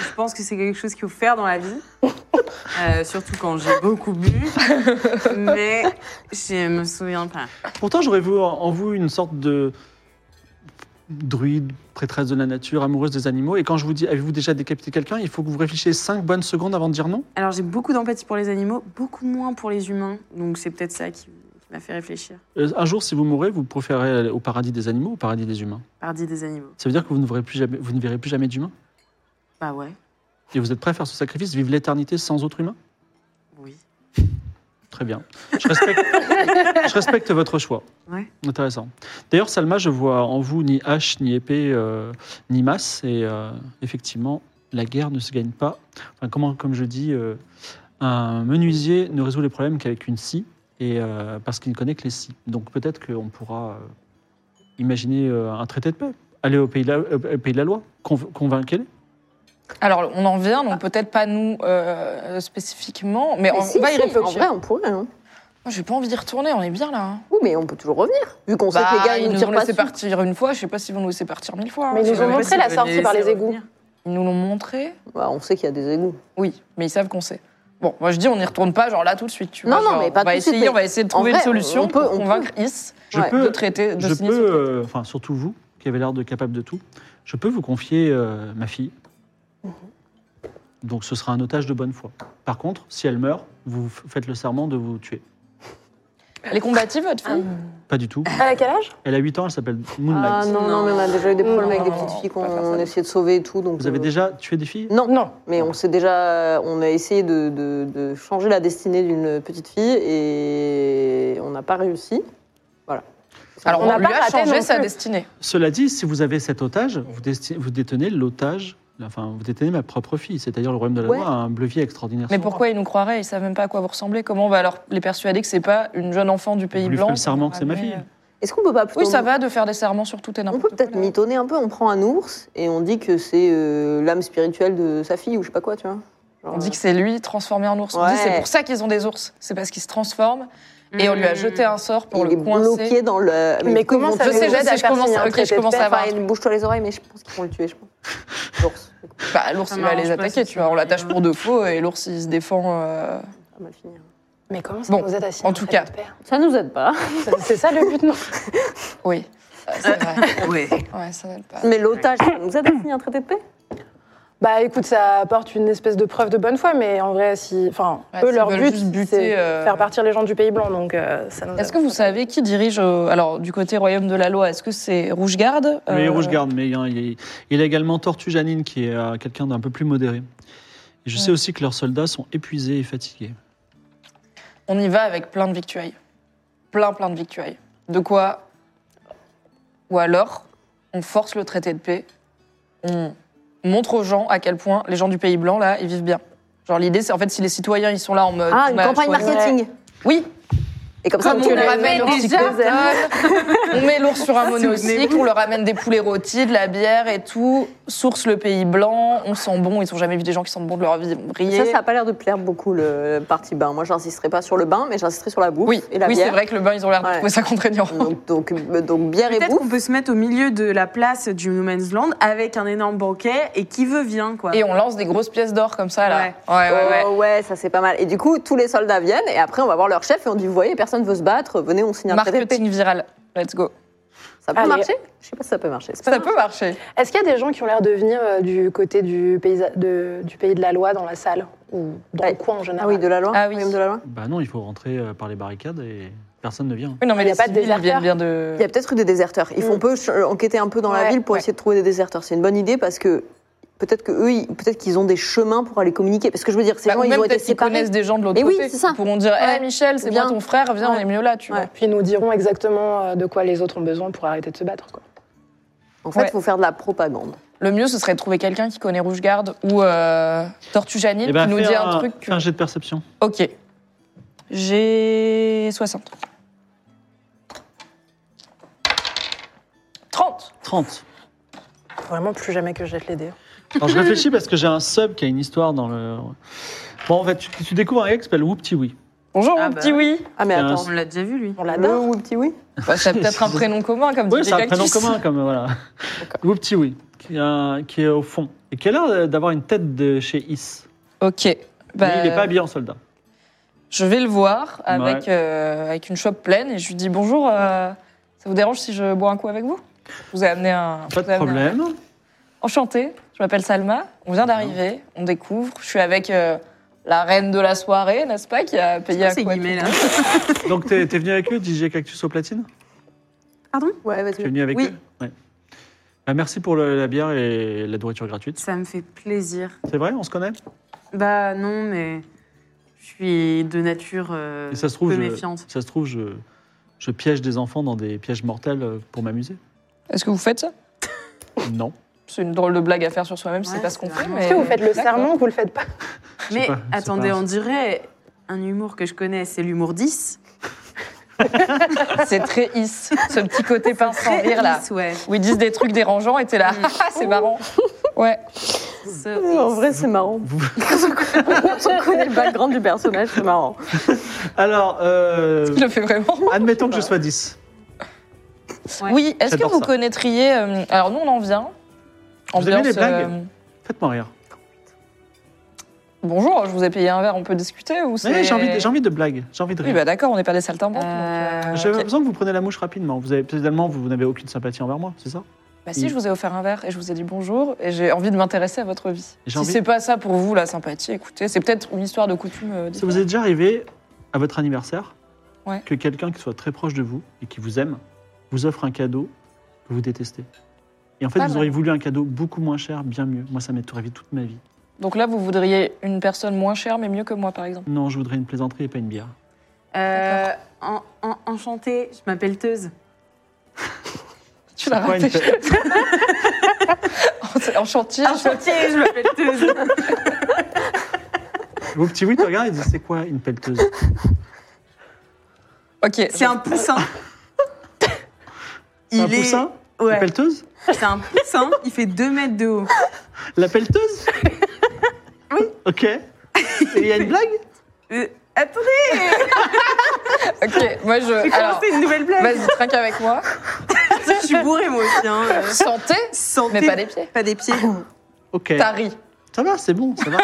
que Je pense que c'est quelque chose qu'il faut faire dans la vie. Euh, surtout quand j'ai beaucoup bu. Mais je me souviens pas. Pourtant, j'aurais vu en- en vous une sorte de druide, prêtresse de la nature, amoureuse des animaux. Et quand je vous dis, avez-vous déjà décapité quelqu'un Il faut que vous réfléchissiez 5 bonnes secondes avant de dire non. Alors j'ai beaucoup d'empathie pour les animaux, beaucoup moins pour les humains. Donc c'est peut-être ça qui, qui m'a fait réfléchir. Euh, Un jour, si vous mourrez, vous préférez aller au paradis des animaux ou au paradis des humains Pardi des animaux. Ça veut dire que vous ne verrez plus jamais, vous ne verrez plus jamais d'humains Bah ouais, Et vous êtes prêt à faire ce sacrifice, vivre l'éternité sans autre humain oui. Très bien. Je respecte, je respecte votre choix. Ouais. Intéressant. D'ailleurs, Salma, je vois en vous ni hache, ni épée, euh, ni masse. Et euh, effectivement, la guerre ne se gagne pas. Enfin, comment, comme je dis, euh, un menuisier ne résout les problèmes qu'avec une scie, et, euh, parce qu'il ne connaît que les scies. Donc peut-être qu'on pourra euh, imaginer euh, un traité de paix. Aller au pays de la, au pays de la loi, conv- convainquez-les. Alors on en vient, donc peut-être pas nous euh, spécifiquement, Mais mais, on si, va y si, réfléchir. En vrai, on pourrait. Hein. Moi, J'ai pas envie d'y retourner, on est bien là. hein. Oui, mais on peut toujours revenir. Vu qu'on sait que Bah, les gars, ils ils ne nous tirent ont pas laissé dessus. partir une fois, je sais pas s'ils vont nous laisser partir mille fois. hein. Mais ils nous ont Je sais pas montré si la vous sortie les par les laissez égouts. revenir. Ils nous l'ont montré. Bah, on sait qu'il y a des égouts. Oui, mais ils savent qu'on sait. Bon, moi je dis on n'y retourne pas, genre là tout de suite. Tu Non, vois, non, genre, mais pas on va tout de suite, essayer, mais On va essayer de trouver en vrai, une solution on peut- pour on convaincre Is Je Ouais. de peux, traiter, de je signer. peux, ce- euh, enfin surtout vous, qui avez l'air de capable de tout, je peux vous confier euh, ma fille. Mhm. Donc ce sera un otage de bonne foi. Par contre, si elle meurt, vous f- faites le serment de vous tuer. Elle est combative, votre fille Pas du tout. À quel âge Elle a 8 ans, elle s'appelle Moonlight. Ah non, non, mais on a déjà eu des problèmes avec des non, petites filles on va pas faire qu'on ça. essayait de sauver et tout. Donc vous avez euh, déjà tué des filles Non, Non. mais on s'est déjà, on a essayé de, de- de changer la destinée d'une petite fille et on n'a pas réussi. Voilà. Alors On on, n'a lui pas a raté changé non sa plus. destinée. Cela dit, si vous avez cet otage, vous, desti- vous détenez l'otage, enfin vous détenez ma propre fille, c'est-à-dire le royaume de la Ouais. loi a un levier extraordinaire. Mais sur moi. pourquoi ils nous croiraient Ils savent même pas à quoi vous ressemblez. Comment on va alors les persuader que c'est pas une jeune enfant du pays Vous lui ferez blanc le serment qu'on que c'est ma ramène, fille. euh, Est-ce qu'on peut pas plutôt Oui, ça va de faire des serments sur tout et On n'importe peut quoi, peut-être là. mitonner un peu. On prend un ours et on dit que c'est euh, l'âme spirituelle de sa fille ou je sais pas quoi, tu vois. Genre, On dit que c'est lui transformé en ours. On Ouais. Mm. dit c'est pour ça qu'ils ont des ours. C'est parce qu'ils se transforment. Et on Mmh. lui a jeté un sort pour euh, il le est coincer. bloqué dans le. Mais du coup, comment ils vont ça le Je tuer. sais, nous aide je à sais, je faire commence. signer un Ok, je traité de commence paix à avoir. Enfin, bouge-toi les oreilles, mais je pense qu'ils vont le tuer, je [LAUGHS] pense. L'ours. Bah, l'ours, Ça il va les m'arrange pas, attaquer, ça, tu vois. On c'est l'attache vrai. pour de faux et l'ours, il se défend. euh, Ça va mal finir. Mais comment ça Bon, nous aide à signer en un tout traité cas. de paix Ça nous aide pas. Ça- C'est ça le but, non Oui, Euh, c'est vrai. Ouais. Ouais, ça n'aide pas. Mais l'otage, ça nous aide à signer un traité de paix Bah écoute, ça apporte une espèce de preuve de bonne foi, mais en vrai, si, enfin, Ouais, eux s'ils leur veulent but, juste buter, c'est euh, faire partir les gens du Pays Blanc, donc euh, ça. nous Est-ce que vous savez qui dirige, euh, alors, du côté royaume de la loi Est-ce que c'est Rougegarde Mais Euh, Rouge Garde, mais il y, a- il y a- il y a également Tortue Janine qui est euh, quelqu'un d'un peu plus modéré. Et je sais aussi que leurs soldats sont épuisés et fatigués. On y va avec plein de victuailles. Plein, plein de victuailles. De quoi Ou alors, on force le traité de paix. On montre aux gens à quel point les gens du Pays Blanc, là, ils vivent bien. Genre, l'idée, c'est en fait, si les citoyens, ils sont là en mode. Ah, une bah, campagne choisir- marketing. Oui, Et comme, comme ça, on tu le les ramène mets au en petit puzzle, psychosène. on met l'ours [LAUGHS] sur un monocycle, on leur ramène des poulets rôtis, de la bière et tout. Source le pays blanc, on sent bon, ils ont jamais vu des gens qui sentent bon de leur vie, ils vont briller. Ça, ça n'a pas l'air de plaire beaucoup, le parti bain. Moi, j'insisterai pas sur le bain, mais j'insisterai sur la bouffe oui, et la oui c'est bière. vrai que le bain, ils ont l'air de Ouais. trouver ça contraignant. Donc, donc, euh, donc bière et Peut-être qu'on bouffe. peut se mettre au milieu de la place du No Man's Land avec un énorme banquet et qui veut vient, quoi. Et on lance des grosses pièces d'or comme ça, là. Ouais, ouais, ouais. Oh, ouais, ça c'est pas mal. Et du coup, tous les soldats viennent et après on va voir leur chef et on dit Vous voyez, personne veut se battre, venez, on signe un traité de paix. Marketing viral. Let's go. Ça peut Allez. marcher Je sais pas si ça peut marcher. C'est pas Ça mal. peut marcher. Est-ce qu'il y a des gens qui ont l'air de venir euh, du côté du pays de, du pays de la loi dans la salle ou dans Ouais. le coin en général Ah oui, de la loi Ah oui. Royaume de la loi. Bah non, il faut rentrer euh, par les barricades et personne ne vient. Oui, non, mais Il y a les pas de civils, ils viennent déserteurs bien de. Il y a peut-être eu des déserteurs. Il faut, Mm. On peut ch- enquêter un peu dans la Ouais, ville pour ouais. essayer de trouver des déserteurs. C'est une bonne idée parce que peut-être que eux, ils- peut-être qu'ils ont des chemins pour aller communiquer. Parce que je veux dire, ces Bah, gens, ou ils même ont été peut-être qu'ils séparés. connaissent des gens de l'autre Et oui, côté. c'est ça. Ils pourront dire, hé Ouais. Michel, c'est bien Viens. ton frère, viens, on Ouais. est mieux là, tu vois. Ouais. Puis ils nous diront exactement euh, de quoi les autres ont besoin pour arrêter de se battre. Quoi. En fait, il Ouais. faut faire de la propagande. Le mieux, ce serait de trouver quelqu'un qui connaît Rougegarde ou euh, Tortue Janine Eh ben, qui nous fais dit un, truc. fais un jet de perception. Ok. J'ai 60. 30 30. Vraiment plus jamais que jette les dés. Alors je réfléchis parce que j'ai un sub qui a une histoire dans le. Bon, en fait, tu, tu découvres un gars qui s'appelle Whoopty-Wee. Bonjour, Ah mon bah. petit oui. [LAUGHS] Ah, mais Il y a un- attends. On l'a déjà vu, lui. On l'adore. ou petit oui Bah, ça a peut-être un prénom commun, comme Oui, dit c'est un prénom Cactus. commun, comme voilà. Whoopty-Wee, qui, a- qui est au fond et qui a l'air d'avoir une tête de chez Is. Ok. Mais Bah, il n'est pas habillé en soldat. Je vais le voir avec, Ouais. euh, avec une chope pleine et je lui dis bonjour, euh, ça vous dérange si je bois un coup avec vous Je vous ai amené un. Pas je vous ai de amené un- problème. Enchantée, je m'appelle Salma, on vient d'arriver, on découvre, je suis avec euh, la reine de la soirée, n'est-ce pas, qui a payé un C'est coup à guillemets, tout là. le monde. Donc, t'es es venu avec eux, DJ Cactus au platine Ouais, vas-y. Tu es venu avec Oui. eux Ouais. Bah, Merci pour le- la bière et la nourriture gratuite. Ça me fait plaisir. C'est vrai, on se connaît Bah non, mais je suis de nature euh, Et ça se trouve, peu je, méfiante. ça se trouve je, je piège des enfants dans des pièges mortels euh, pour m'amuser. Est-ce que vous faites ça Non. C'est une drôle de blague à faire sur soi-même, c'est Ouais, pas ce qu'on c'est fait. vraiment- mais- Est-ce que vous faites le D'accord. serment ou vous le faites pas Je sais Mais pas, je sais attendez, pas. on dirait un humour que je connais, c'est l'humour 10. C'est très is, ce petit côté pince sans Très rire là. lisse, ouais. Où ils disent des trucs dérangeants et t'es là, Ah, ah, [LAUGHS] c'est marrant. Ouais. [LAUGHS] So- En vrai, c'est marrant. [LAUGHS] Vous- On connaît le background du personnage, c'est marrant. Alors, euh, Je le euh, fais vraiment. admettons que je sois 10. Ouais. Oui, est-ce que J'adore vous ça. connaîtriez. euh, alors, nous, on en vient. Vous aimez les blagues euh, Faites-moi rire. Bonjour, je vous ai payé un verre, on peut discuter ou c'est. Mais Eh, j'ai envie, de- j'ai envie de blagues, j'ai envie de Oui, rire. bah d'accord, on n'est pas des saltimbanques. Euh, donc, J'ai euh, ok. besoin que vous preniez la mouche rapidement. Vous avez, finalement, vous n'avez aucune sympathie envers moi, c'est ça Bah Mm. si, je vous ai offert un verre et je vous ai dit bonjour et j'ai envie de m'intéresser à votre vie. J'ai Si envie- c'est pas ça pour vous, la sympathie, écoutez, c'est peut-être une histoire de coutume. euh, Ça vous est déjà arrivé à votre anniversaire Ouais. que quelqu'un qui soit très proche de vous et qui vous aime vous offre un cadeau que vous détestez Et en fait, Pas vous mal. auriez voulu un cadeau beaucoup moins cher, bien mieux. Moi, ça m'est arrivé toute ma vie. Donc là, vous voudriez une personne moins chère mais mieux que moi, par exemple. Non, je voudrais une plaisanterie et pas une bière. euh, en- en- enchantée, je m'appelle Teuse. Tu l'as Quoi, une raté. pla- [LAUGHS] [LAUGHS] En chantier. Enchantée, je m'appelle Teuse. [LAUGHS] Vos petits oui, tu regardes et dis c'est quoi une pelleteuse Ok. C'est un poussin. C'est Un poussin Une Ouais, pelleteuse c'est un poussin, il fait 2 mètres de haut. La [LAUGHS] pelleteuse Oui. Ok. Et il y a une blague Euh, attendez, Ok, moi je. Alors, c'est une nouvelle blague. vas-y, trinque avec moi. Bah, je suis bourrée moi aussi. Hein. euh, Santé, santé, mais pas des pieds. pas des pieds. Ok. T'as ri. Ça va, c'est bon, ça va.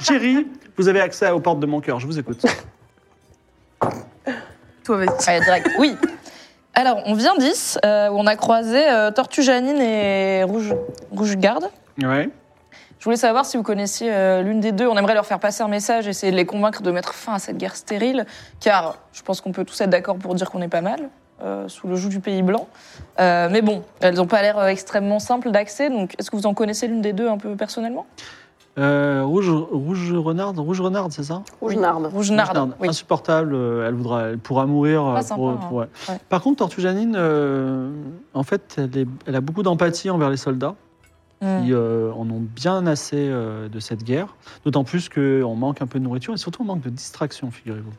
Chérie, vous avez accès aux portes de mon cœur, je vous écoute. Toi, vas-y. Allez, direct. Oui. Alors, on vient d'Is, euh, où on a croisé euh, Tortue Janine et Rouge, Rouge Garde. Ouais. Je Je voulais savoir si vous connaissiez euh, l'une des deux. On aimerait leur faire passer un message, essayer de les convaincre de mettre fin à cette guerre stérile, car je pense qu'on peut tous être d'accord pour dire qu'on est pas mal euh, sous le joug du pays blanc. Euh, mais bon, elles n'ont pas l'air euh, extrêmement simples d'accès, donc est-ce que vous en connaissez l'une des deux un peu personnellement Euh, rouge, rouge renarde, rouge renarde, c'est ça Oui. Rougenarde. Rouge Rouge Nard, renarde, oui. Insupportable, euh, elle voudra, elle pourra mourir. euh, sympa, pour- hein. pour- ouais. Ouais. Par contre, Tortue Janine, euh, en fait, elle, est- elle a beaucoup d'empathie envers les soldats Hmm. qui euh, en ont bien assez euh, de cette guerre. D'autant plus qu'on manque un peu de nourriture et surtout on manque de distraction, figurez-vous.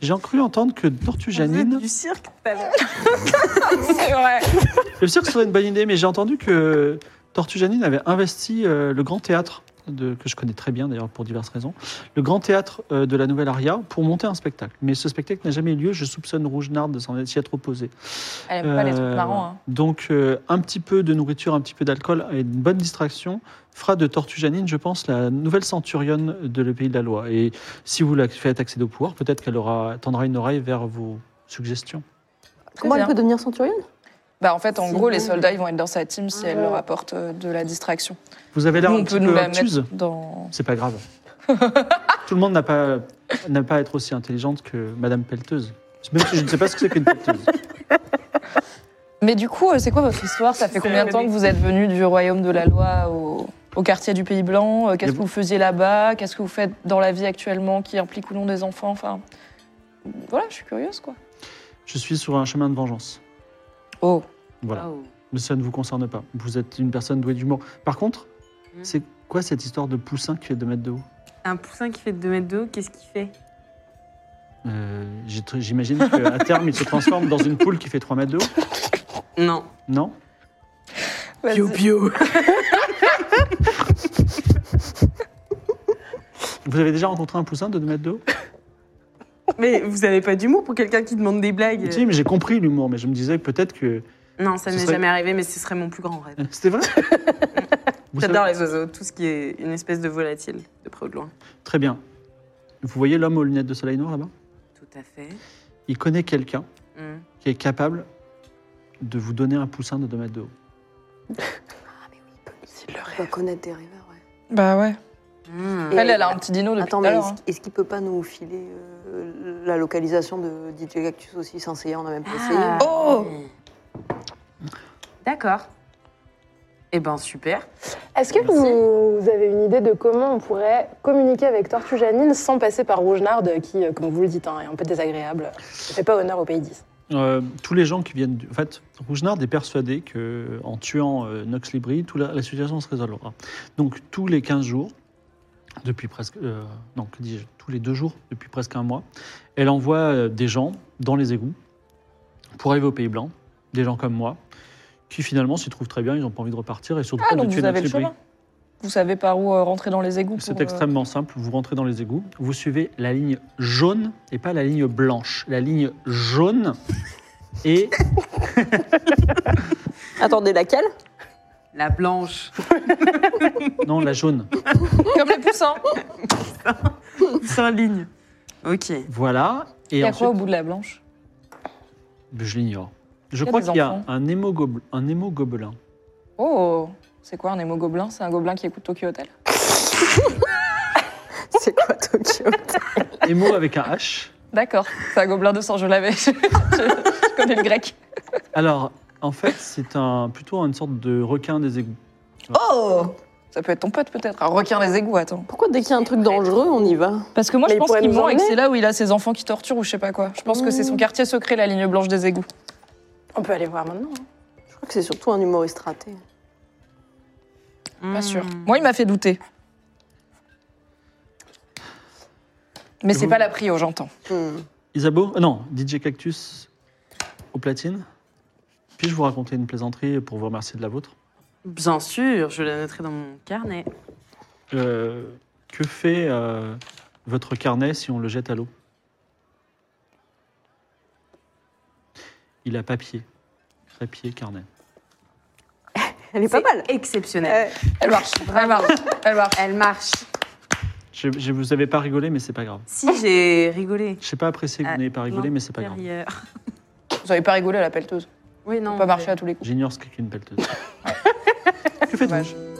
J'ai cru entendre que Tortue Ah, Janine. Du cirque, pas vrai. [LAUGHS] C'est vrai. Je suis sûr que ce serait une bonne idée, mais j'ai entendu que Tortue Janine avait investi euh, le grand théâtre, de, que je connais très bien d'ailleurs pour diverses raisons, le grand théâtre euh, de la Nouvelle Aria pour monter un spectacle. Mais ce spectacle n'a jamais eu lieu, je soupçonne Rougenard de s'en être, s'y être opposé. Elle aime pas les trucs Euh, marrants. hein. Donc euh, un petit peu de nourriture, un petit peu d'alcool et une bonne distraction fera de Tortue Janine, je pense, la nouvelle centurionne de le pays de la loi. Et si vous la faites accéder au pouvoir, peut-être qu'elle aura, tendra une oreille vers vos suggestions. Comment bien. elle peut devenir centurion Bah, en fait, en C'est gros, les bon. soldats, ils vont être dans sa team si elle leur apporte euh, de la distraction. Vous avez l'air Nous, un on petit peut nous peu la obtuse. mettre dans. C'est pas grave. [LAUGHS] Tout le monde n'a pas n'a pas à être aussi intelligente que Madame Pelteuse. Même si je ne sais pas ce que c'est qu'une pelleteuse. Mais du coup, euh, c'est quoi votre histoire Ça fait combien de temps que vous êtes venu du royaume de la Loi au, au quartier du Pays Blanc Euh, Qu'est-ce Mais que vous faisiez là-bas Qu'est-ce que vous faites dans la vie actuellement qui implique ou non des enfants Enfin, voilà, je suis curieuse, quoi. Je suis sur un chemin de vengeance. Oh, Voilà. Waouh. Mais ça ne vous concerne pas. Vous êtes une personne douée d'humour. Par contre, Hmm. c'est quoi cette histoire de poussin qui fait 2 mètres de haut Un poussin qui fait 2 mètres de haut, qu'est-ce qu'il fait Euh, j'ai tr- J'imagine qu'à terme, il se transforme dans une poule qui fait 3 mètres de haut. Non. Non Pio Vous avez déjà rencontré un poussin de 2 mètres de haut Mais vous avez pas d'humour pour quelqu'un qui demande des blagues Si, mais j'ai compris l'humour. Mais je me disais peut-être que... [LAUGHS] Non, ça Ce m'est serait- jamais arrivé, mais ce serait mon plus grand rêve. Euh, [LAUGHS] C'était vrai Vous savez- J'adore les oiseaux, tout ce qui est une espèce de volatile, de près ou de loin. Très bien. Vous voyez l'homme aux lunettes de soleil noir là-bas Tout à fait. Il connaît quelqu'un Mm. qui est capable de vous donner un poussin de 2 mètres de haut. C'est le rêve. connaître des rêveurs, ouais. Bah ouais. Mm. Et- Elle, elle a un petit dino depuis Attends, tout mais à l'heure. hein. est-ce est-ce qu'il peut pas nous filer euh, la localisation de DJ Cactus aussi sans essayer On a même pas Ah. essayé. Oh D'accord. Eh ben super. Est-ce que Merci. vous, vous avez une idée de comment on pourrait communiquer avec Tortue Janine sans passer par Rougenarde, qui, euh, comme vous le dites, hein, est un peu désagréable ne fait pas honneur au pays 10 Euh, tous les gens qui viennent. du- En fait, Rougenard est persuadé que en tuant euh, Nox Libri, tout la, la situation se résolvera. Donc tous les 15 jours, depuis presque. euh, non, que dis-je Tous les deux jours, depuis presque un mois, elle envoie euh, des gens dans les égouts pour arriver au Pays Blanc, des gens comme moi, qui finalement s'y trouvent très bien, ils n'ont pas envie de repartir et surtout Ah, pas donc de tuer vous avez Nox le Libri. chemin. Vous savez par où euh, rentrer dans les égouts C'est pour, euh, extrêmement simple. Vous rentrez dans les égouts, vous suivez la ligne jaune et pas la ligne blanche. La ligne [LAUGHS] jaune et Attendez, laquelle [LAUGHS] La [LAUGHS] blanche. non la jaune. [LAUGHS] Comme les poussins. Sans ligne. Ok. Voilà. Il Et y a ensuite, quoi au bout de la blanche je l'ignore. Je Il y a crois des qu'il y a enfants. un hémogob- un hémogoblin. Oh C'est quoi un émo gobelin C'est un gobelin qui écoute Tokyo Hotel C'est quoi Tokyo Hémo avec un H. D'accord, c'est un gobelin de sang, je l'avais. [LAUGHS] je, je connais le grec. Alors, en fait, c'est un plutôt une sorte de requin des égouts. Oh Ça peut être ton pote peut-être, un requin des égouts, attends. Pourquoi dès qu'il y a un truc dangereux, on y va Parce que moi Mais je il pense pourrait qu'il nous ment et que emmener. c'est là où il a ses enfants qui torturent ou je sais pas quoi. Je pense que c'est son quartier secret, la ligne blanche des égouts. On peut aller voir maintenant. hein. Je crois que c'est surtout un humoriste raté. Pas sûr. Mm. Moi il m'a fait douter. Mais c'est vous- pas la prio, j'entends. Hmm. Isabeau, euh, non, DJ Cactus au platine. Puis-je vous raconter une plaisanterie pour vous remercier de la vôtre Bien sûr, je la noterai dans mon carnet. Euh, Que fait euh, votre carnet si on le jette à l'eau Il a papier. Papier, carnet. Elle est pas mal. Exceptionnel. Elle marche, elle marche, elle marche. Elle marche. Je, je vous avais pas rigolé, mais c'est pas grave. Si j'ai rigolé. Je sais pas apprécié que vous Ah, n'ayez pas rigolé, mais c'est pas grave. Intérieur. Vous avez pas rigolé à la pelleteuse. Oui, non. Pas marché à tous les coups. J'ignore ce qu'est une pelleteuse. que faites-vous Dommage.